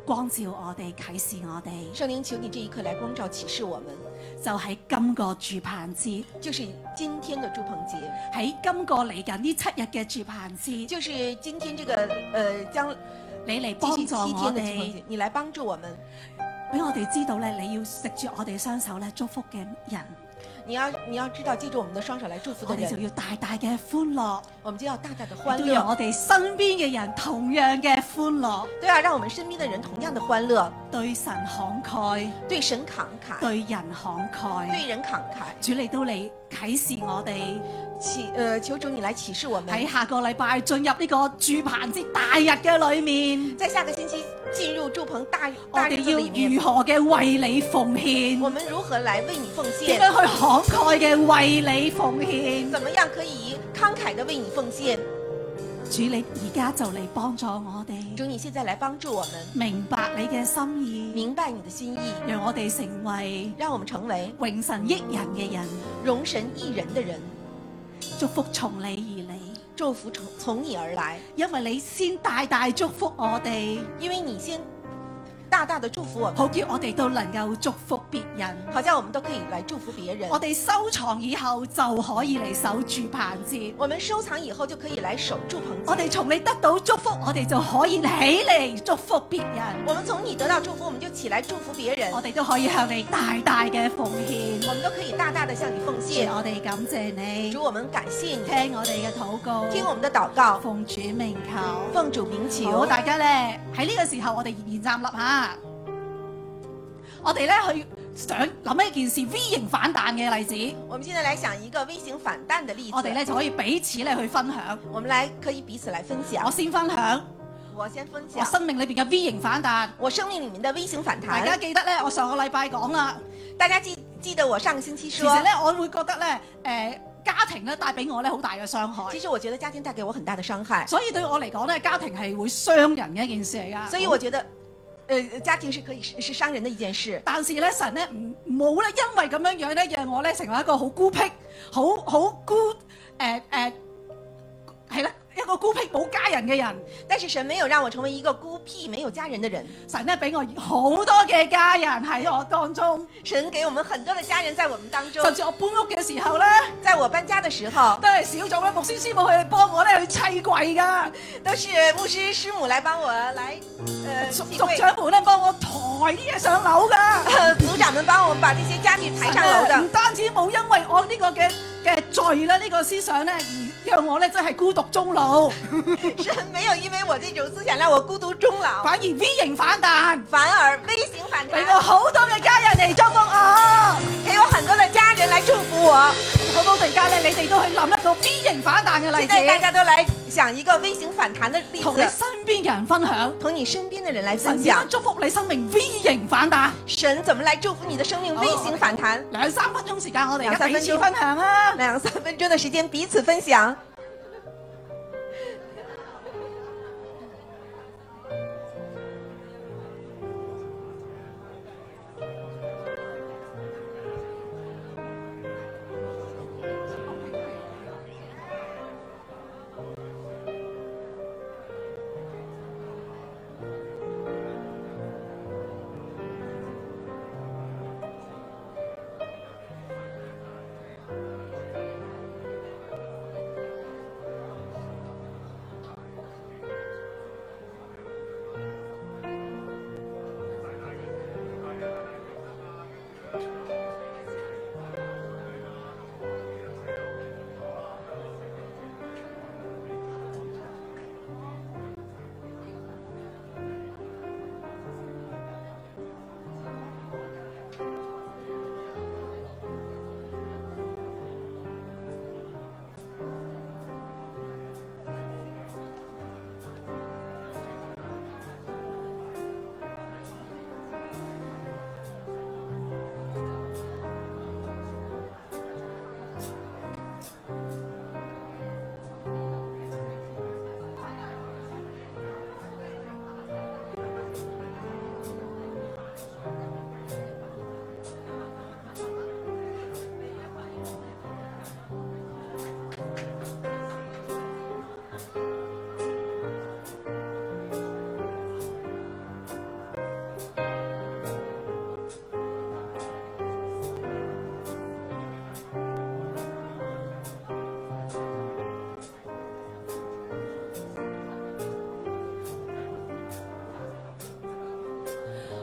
E: 光照我哋，啟示我哋。
B: 圣灵，求你这一刻来光照启示我们，
E: 就喺今個住棚節，
B: 就是今天的祝棚节，
E: 喺今個嚟緊呢七日嘅住棚節，
B: 就是今天这个呃将
E: 你嚟
B: 继
E: 幫
B: 续
E: 助
B: 七天的
E: 我哎
B: 祝棚
E: 哋
B: 节，，你来帮助我们，
E: 俾我哋知道咧，你要食住我哋雙手咧祝福嘅人，
B: 你要你要知道，借助我们的双手来祝福的
E: 我哋就
B: 人，
E: 要啊大大嘅歡樂，
B: 我们就要大大的欢
E: 都
B: 乐
E: 讓，我哋身邊嘅人同樣嘅歡樂，
B: 都要啊让我们身边的人同样的欢乐，
E: 對神慷慨，
B: 对神慷慨，
E: 對人慷慨。
B: 对人慷慨。
E: 主你都嚟啟示我哋
B: 启呃，求主你来启示我
E: 喺
B: 们，
E: 下個禮拜進入呢個住棚節大日嘅裏面。
B: 在下个星期进入祝棚大
E: 我
B: 大日
E: 哋
B: 子
E: 要
B: 里面
E: 如，何嘅為你奉
B: 我
E: 獻？
B: 们如何来为你奉
E: 點
B: 献？
E: 樣去慷慨嘅為你奉獻？
B: 怎么样可以慷慨的为你奉献？
E: 主，你而家就嚟幫助我哋
B: 主，你现在来帮助我们，
E: 明白你嘅心意，
B: 明白你的心意，
E: 讓我哋成為
B: 让我们成为
E: 榮神益人嘅人，
B: 容神一人的人，
E: 祝福從你而嚟，
B: 祝福从从你而来，
E: 因為你先大大祝福我哋，
B: 因为你先大大的祝福我们，
E: 好叫我哋都能夠祝福別人。
B: 好像我们都可以来祝福别人。
E: 我哋收藏以後就可以嚟守住棚節。
B: 我们收藏以后就可以来守祝棚
E: 我
B: 节。
E: 哋從你得到祝福，我哋就可以起嚟祝福別人。
B: 我们从你得到祝福，我们就起来祝福别人。
E: 我哋都可以向你大大嘅奉獻。
B: 我们都可以大大的向你奉献
E: 主，。我哋感謝你，
B: 主，我们感谢你，
E: 聽我哋嘅禱告，
B: 听我们的祷告，
E: 奉主名求。
B: 奉主名
E: 好，
B: 求。
E: 大家咧喺呢個時候，我哋仍然站立下。我哋咧去想諗一件事 V 型反彈嘅例子，
B: 我们现在来想一个微型反弹的例子，
E: 我哋咧就可以彼此咧去分享。
B: 我们来可以彼此来分
E: 我
B: 享。
E: 先分享
B: 我先分
E: 我
B: 享
E: 生命裏邊嘅 V 型反彈。
B: 我生命里面的微型反
E: 大家
B: 弹。
E: 記得咧，我上個禮拜講啦，
B: 大家记记得我上个星期
E: 其
B: 说
E: 實，咧我會覺得咧，誒、家庭咧帶俾我咧好大嘅傷害
B: 其。实我觉得家庭带给我很大的伤害，
E: 所以對我嚟講咧，家庭係會傷人嘅一件事嚟㗎。
B: 所以我覺得，呃，家庭是可以是是傷人的一件事。
E: 但是咧，神咧唔冇咧，因為咁樣樣咧，讓我咧成為一個好孤僻、好好孤誒誒係啦，一個孤僻冇家人嘅人。
B: 但是神没有让我成为一个孤僻没有家人的人，
E: 神咧俾我好多嘅家人喺我當中，
B: 神给我们很多的家人在我们当中
E: 甚。至我搬屋嘅時候咧，
B: 在我搬家的时候，
E: 都係小組咧牧師師母佢哋幫我咧去砌櫃㗎，
B: 都是牧師師母來幫我来，呃，
E: 族
B: 聚
E: 族
B: 會
E: 長們咧幫我抬啲嘢上樓㗎。
B: 呃组長们帮我们把这些家具抬上楼
E: 唔
B: 的。
E: 單止冇因為我呢個嘅嘅罪咧，呢、個思想咧，而讓我咧真係孤獨終老，
B: 神没有因为我这种思想让我孤獨终老，
E: 反而 V 型反彈，
B: 反而微型反
E: 俾
B: 彈，
E: 我好多嘅家人嚟祝福我。
B: 给我很多的家人來祝福我。
E: 好冇？突然間咧，你哋都去諗一個 V 型反彈嘅例
B: 現在大
E: 子，
B: 家都來想一個微型反彈的例
E: 同你
B: 子，
E: 身邊嘅人分享。
B: 同你身邊的人來分
E: 神點
B: 享
E: 樣。祝福你生命 V 型反彈？
B: 神怎么来祝福你的生命微型反弹？
E: 兩三分鐘時間，我哋而
B: 兩
E: 家
B: 三
E: 彼
B: 分鐘
E: 此分享啦。
B: 两三分钟的时间彼此分享。
E: Hãy subscribe cho kênh Ghiền Mì Gõ Để không bỏ lỡ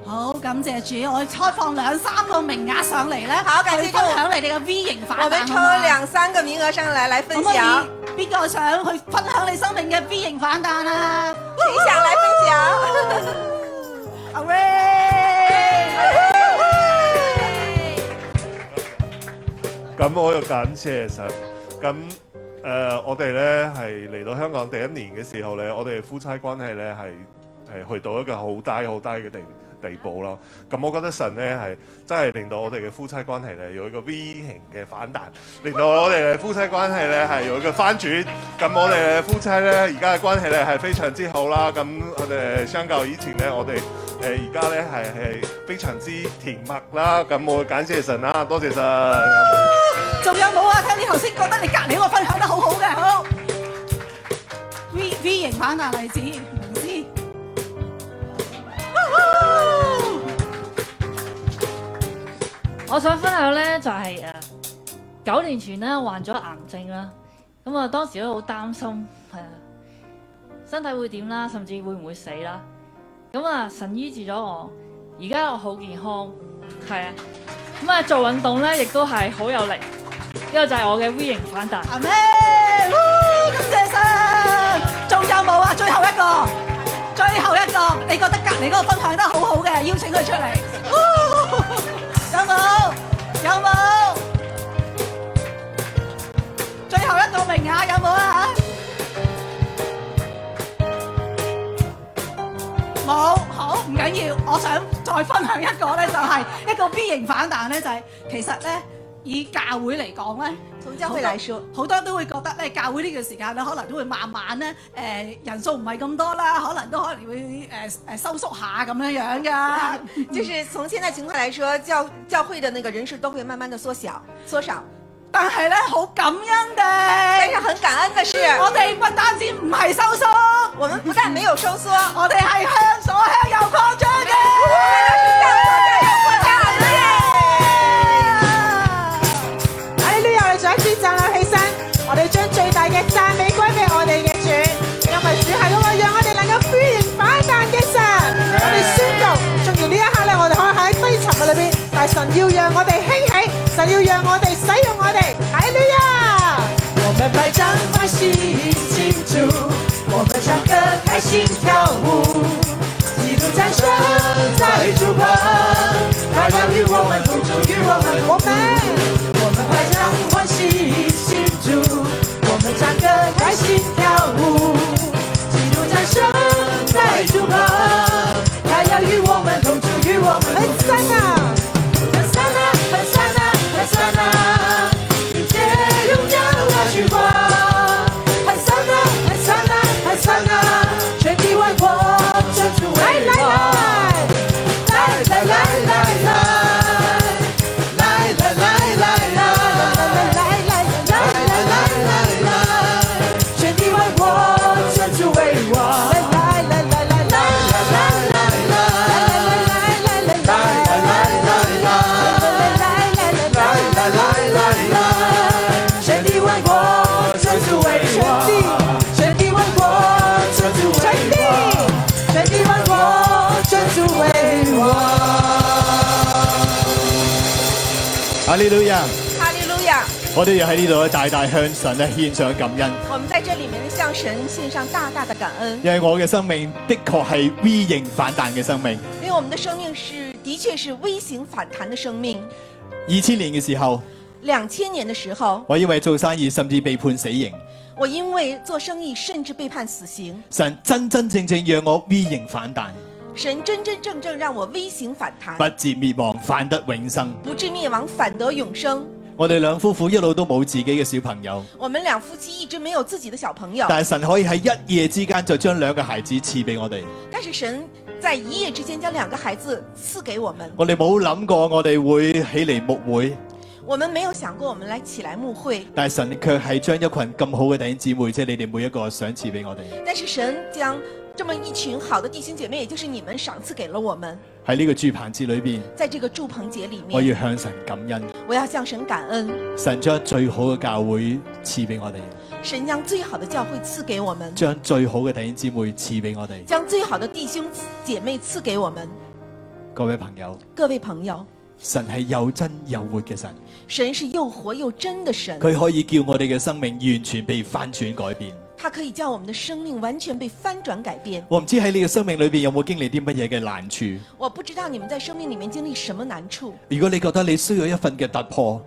E: 好，感謝主，我開放兩三個名額上嚟咧，
B: 好感謝
E: 去分享你哋嘅 V 型反
B: 我们
E: 彈
B: 抽
E: 好嗎
B: 两三个名额上来来
E: 可
B: 分
E: 唔可以
B: 享，
E: 邊個想去分享你生命嘅 V 型反彈啊？
B: 谁想来分享？
E: 好喂！
F: 咁我又感謝神。咁誒、呃我哋咧係嚟到香港第一年嘅時候咧，我哋夫妻關係咧係係去到一個好低好低嘅地地步咯。咁我覺得神咧係真係令到我哋嘅夫妻關係咧有一個 V 型嘅反彈，令到我哋嘅夫妻關係咧係有一個翻轉。咁我哋嘅夫妻咧而家嘅關係咧係非常之好啦。咁我哋相較以前咧，我哋誒而家咧係係非常之甜蜜啦。咁我感謝神啦，多謝神。
E: 仲有冇啊？聽你頭先覺得你隔離嗰個分享得好好嘅，好 V V 型反彈例子，唔知。
G: 我想分享咧就係、誒九年前咧患咗癌症啦，咁啊當時都好擔心係啊身體會點啦，甚至會唔會死啦。咁啊神醫治咗我，而家我好健康，係啊。咁啊做運動咧亦都係好有力，呢個就係我嘅 V 型反彈。
E: 阿咩？哇感謝神！仲有冇啊？最後一個，最後一個，你覺得隔離嗰個分享得好好嘅，邀請佢出嚟。哇有冇？有冇？最後一個名額有冇啊？冇，好唔緊要。我想再分享一個咧，就係、一個 B 型反彈咧，就係、其實咧，以教會嚟講咧。
B: 从教会来说，
E: 好多都會覺得咧，教會呢段時間咧，可能都會慢慢咧，誒、人數唔係咁多啦，可能都可能會誒誒、收縮下咁樣樣 噶。
B: 就是从现在情况来说，教教会的那个人数都会慢慢的缩小缩少，
E: 但係咧，好感恩
B: 但是
E: 地，
B: 很感恩的是，
E: 我哋不單止唔係收縮，
B: 我们不但没有收缩，
E: 我哋係向左向右擴張嘅。
H: 喺呢度，我哋再一次站立起身，我哋將最大嘅讚美歸俾我哋嘅主，因為主係嗰個讓我哋能夠呼應反彈嘅神。我哋宣告，縱然呢一刻咧，我哋可以喺低沉嘅裏邊，但係神要讓我哋興起，神要讓我哋使用我哋。喺呢啊！
D: 我们拍掌欢喜庆祝，我们唱歌开心跳舞，基督战胜在主旁，他要与我们同住，与我们同
H: 我
D: 住。
H: 们。
D: 我们拍掌欢喜庆祝，我们唱歌开心跳舞，基督战胜在主旁，他要与我们同住，与我们同住。很灿烂，很灿烂，很灿烂，迎接荣耀的曙光。很灿烂，很灿烂，很灿烂，全地万国称主为王。来来来来来。来来来来来来全体为我，全主为我。全体为我，全主为我。全体为我，全主为我。全体为我，全主为我。
A: 哈利路亞！
B: 哈利路亚！
A: 我哋又喺呢度咧，啊大大向神咧獻上感恩，
B: 我们在这里面向神献上大大的感恩，
A: 因為我嘅生命的確係 V 型反彈嘅生命。
B: 因为我们的生命是的确是微型反弹的生命。
A: 二千年嘅時候，
B: 两千年的时候，
A: 我因為做生意甚至被判死刑，
B: 我因为做生意甚至被判死刑，
A: 神真真正正讓我 V 型反彈，
B: 神真真正正让我微型反弹
A: 不，至滅亡，反得永生。
B: 不至灭亡，反得永生。
A: 我哋兩夫婦一路都冇自己嘅小朋友，
B: 我们两夫妻一直没有自己的小朋友，
A: 但係神可以喺一夜之間就將兩個孩子賜俾我哋。
B: 但是神在一夜之间将两个孩子赐给我们。
A: 我哋冇諗過我哋會起嚟牧會，
B: 我们没有想过我们来起来牧会，
A: 但係神卻係將一群咁好嘅弟兄姊妹，即係你哋每一個賞賜俾我哋。
B: 但是神将这么一群好的弟兄姐妹，也就是你们，赏赐给了我们。
A: 喺呢個住棚節裏邊，
B: 在这个祝棚节里
A: 我
B: 面，
A: 要向神感恩，
B: 我要向神感恩，
A: 神將最好嘅教會賜俾我哋，
B: 神将最好的教会赐给我们，
A: 將最好嘅弟兄姊妹賜俾我哋。
B: 将最好的弟兄姐妹赐给我们。
A: 各位朋友，
B: 各位朋友，
A: 神係又真又活嘅神，
B: 神是又活又真的神，
A: 佢可以叫我哋嘅生命完全被翻轉改變。
B: 他可以叫我们的生命完全被翻转改变。
A: 我唔知喺你嘅生命裏邊有冇經歷啲乜嘢嘅難處。
B: 我不知道你们在生命里面经历什么难处。
A: 如果你覺得你需要一份嘅突破，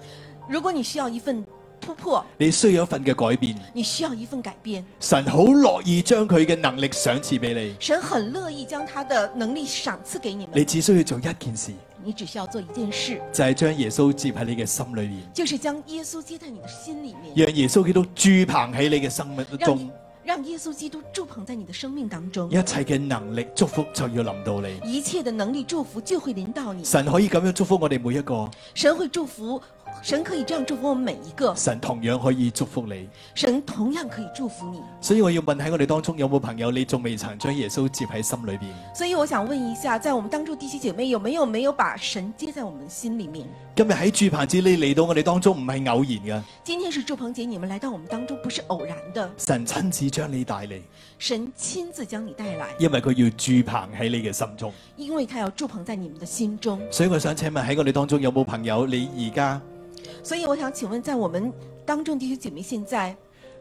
B: 如果你需要一份突破，
A: 你需要一份嘅改變，
B: 你需要一份改变，
A: 神好樂意將佢嘅能力賞賜俾你。
B: 神很乐意将他的能力赏赐给你
A: 你
B: 们。
A: 只需要做一件事，
B: 你只需要做一件事，
A: 就係、將耶穌接喺你嘅心裏面，
B: 就是将耶稣接在你的心里面，
A: 讓耶穌基督住棚喺你嘅生命
B: 让
A: 中
B: 你，让耶稣基督住棚在你的生命当中
A: 一，切嘅能力祝福就要臨到你。
B: 一切的能力祝福就会临到你。
A: 神可以咁樣祝福我哋每一個，
B: 神会祝福，神可以这样祝福我们每一个，
A: 神同樣可以祝福你。
B: 神同样可以祝福你。
A: 所以我要問喺我哋當中有冇朋友你仲未曾將耶穌接喺心裏邊？
B: 所以我想问一下，在我们当中弟兄姐妹有没有没有把神接在我们心里面？
A: 今日喺住棚子你嚟到我哋當中唔係偶然嘅，
B: 今天是祝鹏姐，你们来到我们当中不是偶然的，
A: 神親自將你帶嚟，
B: 神亲自将你带来，
A: 因為佢要住棚喺你嘅心中。
B: 因为他要住棚在你们的心中。
A: 所以我想請問喺我哋當中有冇朋友你而家
B: 所以我想请问，在我们当中弟兄姐妹，现在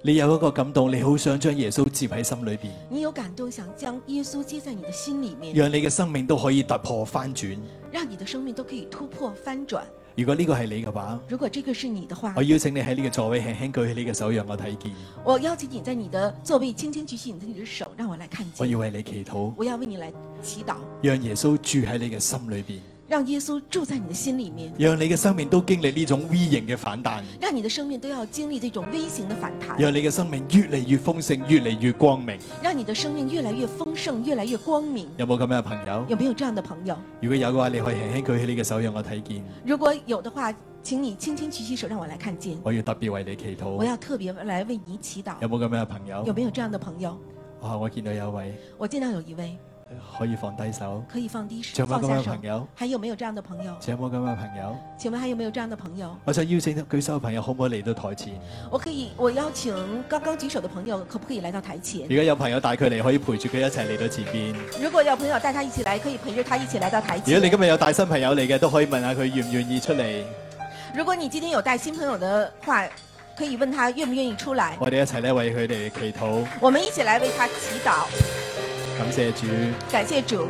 A: 你有一個感動，你好想將耶穌接喺心裏邊，
B: 你有感动，想将耶稣接在你的心里面，
A: 讓你嘅生命都可以突破翻轉。
B: 让你的生命都可以突破翻转。
A: 如果呢個係你嘅話，
B: 如果这个是你的话
A: 我，邀請你喺呢個座位輕輕舉起你嘅手，讓我睇見。
B: 我邀请你在你的座位轻轻举起你的你的手，让我来看
A: 我
B: 见。
A: 要為你祈禱，
B: 我要为你来祈祷，
A: 讓耶穌住喺你嘅心裏邊，
B: 让耶稣住在你的心里面，
A: 讓你嘅生命都經歷呢種 V 型嘅反彈，
B: 让你的生命都要经历这种微型的反弹，
A: 讓你嘅生命越嚟越豐盛，越嚟越光明。
B: 让你的生命越来越丰盛，越来越光明。
A: 有冇咁樣嘅朋友？
B: 有没有这样的朋友？
A: 如果有嘅話，你可以輕輕舉起你嘅手，讓我睇見。
B: 如果有的话，请你轻轻举起手，让我来看见。
A: 我要特別為你祈
B: 我
A: 禱。
B: 要特别来为你祈祷
A: 哦有。冇咁樣嘅朋
B: 有
A: 友？
B: 没有这样的朋友？
A: 啊，我見到有一位
B: 我见到有一位
A: 可以放低手。
B: 可以放低
A: 仲
B: 手，
A: 有冇
B: 放
A: 咁
B: 下
A: 嘅
B: 手
A: 朋。友？
B: 还有没有这样的朋友？
A: 仲有冇咁嘅朋友？
B: 请问还有没有这样的朋友？
A: 我想邀請舉手嘅朋友，可唔可以嚟到台前？
B: 我可以，我邀请刚刚举手的朋友，可不可以来到台前？
A: 如果有朋友帶佢嚟，可以陪住佢一齊嚟到前邊。
B: 如果有朋友带他一起来，可以陪着他一起来到台
A: 如果你
B: 前。
A: 今日有帶新朋友嚟嘅，都可以問下佢願唔願意出嚟。
B: 如果你今天有带新朋友的话，可以问他愿不愿意出来。
A: 我哋一齊咧為佢哋祈禱，
B: 我们一起来为他祈祷，
A: 感謝主。
B: 感谢主。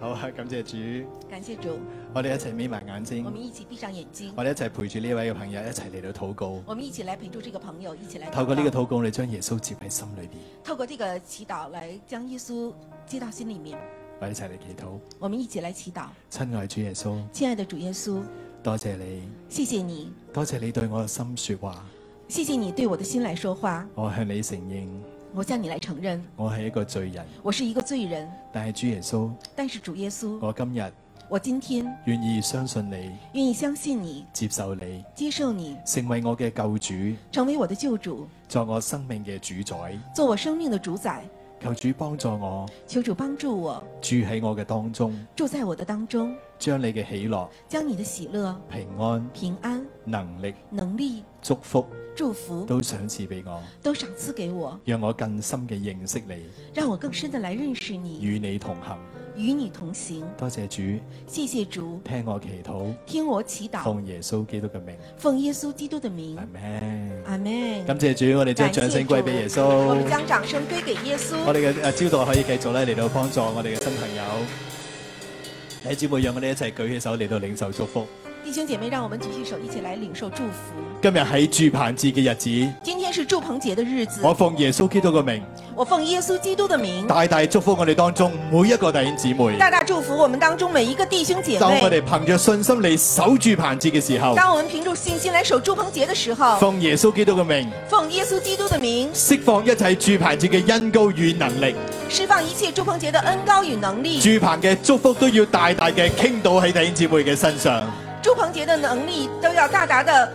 A: 好啊，感謝主。
B: 感谢主，
A: 我哋一齊眯埋眼
B: 我们
A: 睛，
B: 一起闭上眼睛，
A: 我哋一齊陪住呢位嘅朋友一齊嚟到禱告。
B: 我们一起来陪住这个朋友，一起来
A: 透過呢個
B: 祷告
A: 禱告，你將耶穌接喺心裏邊。
B: 透过这个祈祷来将耶稣接到心里面。
A: 我哋一齊嚟祈禱。
B: 我们一起来祈祷，
A: 親愛主耶穌，
B: 亲爱的主耶稣，
A: 多謝你，
B: 谢谢你，
A: 多謝你對我嘅心説話。
B: 谢谢你对我的心来说话。
A: 我向你承認，
B: 我向你来承认，
A: 我係一個罪人。
B: 我是一个罪人，
A: 但係主耶穌，
B: 但是主耶稣，
A: 我今日
B: 我今天
A: 願意相信你，
B: 愿意相信你，
A: 接受你，
B: 接受你，
A: 成為我嘅救主，
B: 成为我的救主，
A: 作我生命嘅主宰。
B: 做我生命的主宰。
A: 求主幫助我，
B: 求主帮助我，
A: 住喺我嘅當中，
B: 住在我的当中，
A: 將你嘅喜樂、
B: 将你的喜乐、
A: 平安、
B: 平安、
A: 能力、
B: 能力、
A: 祝福
B: 祝福
A: 都賞賜俾我，
B: 都赏赐给我，
A: 讓我更深嘅認識你，
B: 让我更深的来认识你，
A: 與你同行。
B: 与你同行。
A: 多謝主，
B: 谢谢主，
A: 聽我祈禱，
B: 听我祈祷，
A: 奉耶穌基督嘅名，
B: 奉耶稣基督的名
A: 阿，門。
B: 阿门。
A: 感謝主，我哋將
B: 感
A: 掌
B: 谢
A: 聲
B: 主
A: 歸俾耶
B: 我
A: 穌
B: 们。将掌声归给耶稣。
A: 我哋嘅誒招待可以繼續咧嚟到幫助我哋嘅新朋友。弟兄姊妹，讓我哋一齊舉起手嚟到領受祝福。
B: 弟兄姐妹，让我们举起手，一起来领受祝福。
A: 今日喺住棚節嘅日子，
B: 今天是祝棚节的日子，
A: 我奉耶穌基督嘅名，
B: 我奉耶稣基督的名，
A: 大大祝福我哋當中每一個弟兄姊妹。
B: 大大祝福我们当中每一个弟兄姐
A: 當我
B: 妹。
A: 哋憑着信心嚟守住棚節嘅時候，
B: 当我们凭着信心来守祝棚节的时候，
A: 奉耶穌基督嘅名，
B: 奉耶稣基督的名，
A: 釋放一切住棚節嘅恩高與能力，
B: 释放一切祝棚节的恩高与能力。
A: 住棚嘅祝福都要大大嘅傾倒喺弟兄姊妹嘅身上。
B: 祝棚节的能力都要大大的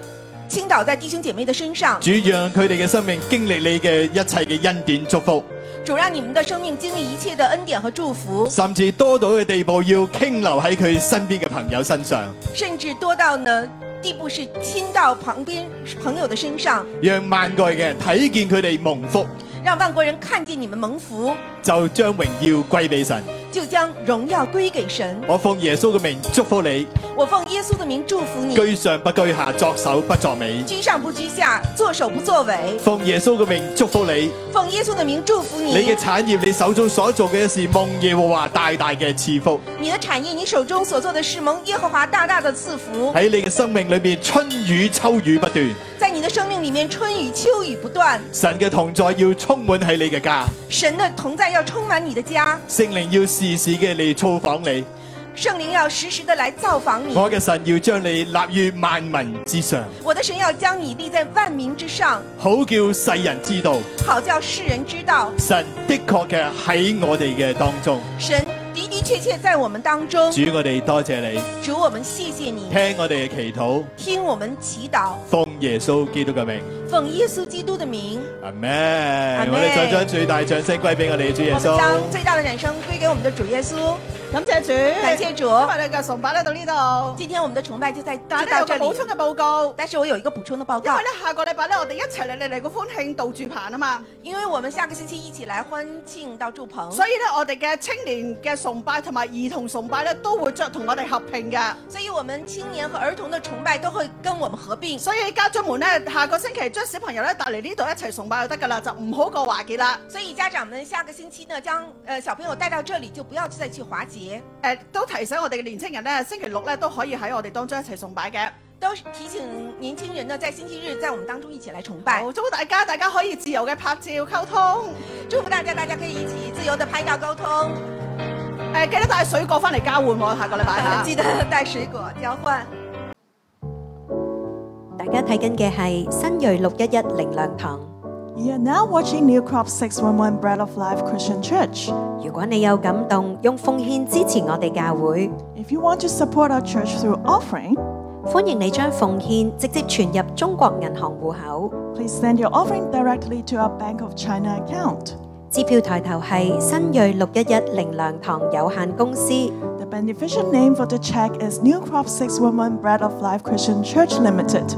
B: 倾倒在弟兄姐妹的身上。
A: 主讓佢哋嘅生命經歷你嘅一切嘅恩典祝福。
B: 主让你们的生命经历一切的恩典和祝福，
A: 甚至多到嘅地步，要傾流喺佢身邊嘅朋友身上。
B: 甚至多到呢第一步是听到旁边朋友的身上，
A: 让萬個嘅人睇見佢哋蒙福，
B: 让万国人看见你们蒙福，
A: 就將榮耀歸俾神。
B: 就将荣耀归给神。
A: 我奉耶穌嘅名祝福你，
B: 我奉耶稣的名祝福你，
A: 居上不居下，作首不作尾。
B: 居上不居下，作首不作尾。
A: 奉耶穌嘅名祝福你，
B: 奉耶稣的名祝福
A: 你
B: 你
A: 嘅，產業，你手中所做嘅事，蒙耶和華大大嘅賜福。
B: 你的产业，你手中所做的事，蒙耶和华大大的赐福，
A: 喺你嘅生命裏面，春雨秋雨不斷，
B: 在你的生命里面，春雨秋雨不断，
A: 神嘅同在要充滿喺你嘅家，
B: 神的同在要充满你的家，
A: 聖靈要時時嘅嚟造訪你。
B: 圣灵要时时的来造访你。
A: 我嘅神要將你立於萬民之上，
B: 我的神要将你立在万民之上，
A: 好叫世人知道
B: 好叫世人知道，
A: 神的確嘅喺我哋嘅當中。
B: 神的的确确在我们当中。
A: 主，我哋多謝你，
B: 主，我们谢谢你，
A: 聽我哋嘅祈禱，
B: 听我们祈祷，
A: 奉耶穌基督嘅名，
B: 奉耶稣基督的名，
A: 阿門。我哋再將最大掌聲歸俾我哋嘅主
B: 我
A: 耶
B: 们
A: 穌。
B: 将最大的掌声归给我们的主耶稣。
E: 感謝主，
B: 感謝主
E: 今日我哋嘅崇拜咧到呢度，
B: 今天我们的崇拜就在就
E: 但係
B: 到
E: 咧
B: 这
E: 有個補
B: 里，
E: 充嘅報告，
B: 但是我有一个补充的报
E: 因
B: 告
E: 為，咧下個禮拜咧我哋一齊嚟嚟嚟個歡慶杜住棚啊嘛，
B: 因為我们下个星期一起来欢庆到祝棚，
E: 所以咧我哋嘅青年嘅崇拜同埋兒童崇拜咧都會着同我哋合拼嘅，
B: 所以我们青年和儿童的崇拜都会跟我们合并。
E: 所以家長們咧下個星期將小朋友咧帶嚟呢度一齊崇拜就得㗎啦，就唔好過華傑啦。
B: 所以家长们下个星期呢，将呃小朋友带到这里，就不要再去华杰。
E: 誒、都提醒我哋嘅年青人咧，星期六咧都可以喺我哋當中一齊崇拜嘅。
B: 都是提醒年轻人呢，在星期日在我们当中一起来崇拜。
E: 好，祝福大家，大家可以自由嘅拍照溝通。
B: 祝福大家，大家可以一起自由的拍照沟通，
E: 誒、記得帶水果翻嚟交換喎，下個禮拜嚇。
B: 记得带水果交换。
I: 大家睇緊嘅係新锐六一一靈糧堂。
D: You are now watching New Crop 611 Bread of Life Christian Church.
I: 如果你有感動，用奉獻支持我哋教會，
D: If you want to support our church through offering,
I: 歡迎你將奉獻直接存入中國銀行户口。
D: please send your offering directly to our Bank of China account.
I: 支票抬頭係新锐六一一靈糧堂有限公司，
D: The beneficial name for the check is New Crop 611 Bread of Life Christian Church Limited.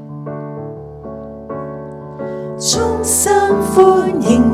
J: 衷心歡迎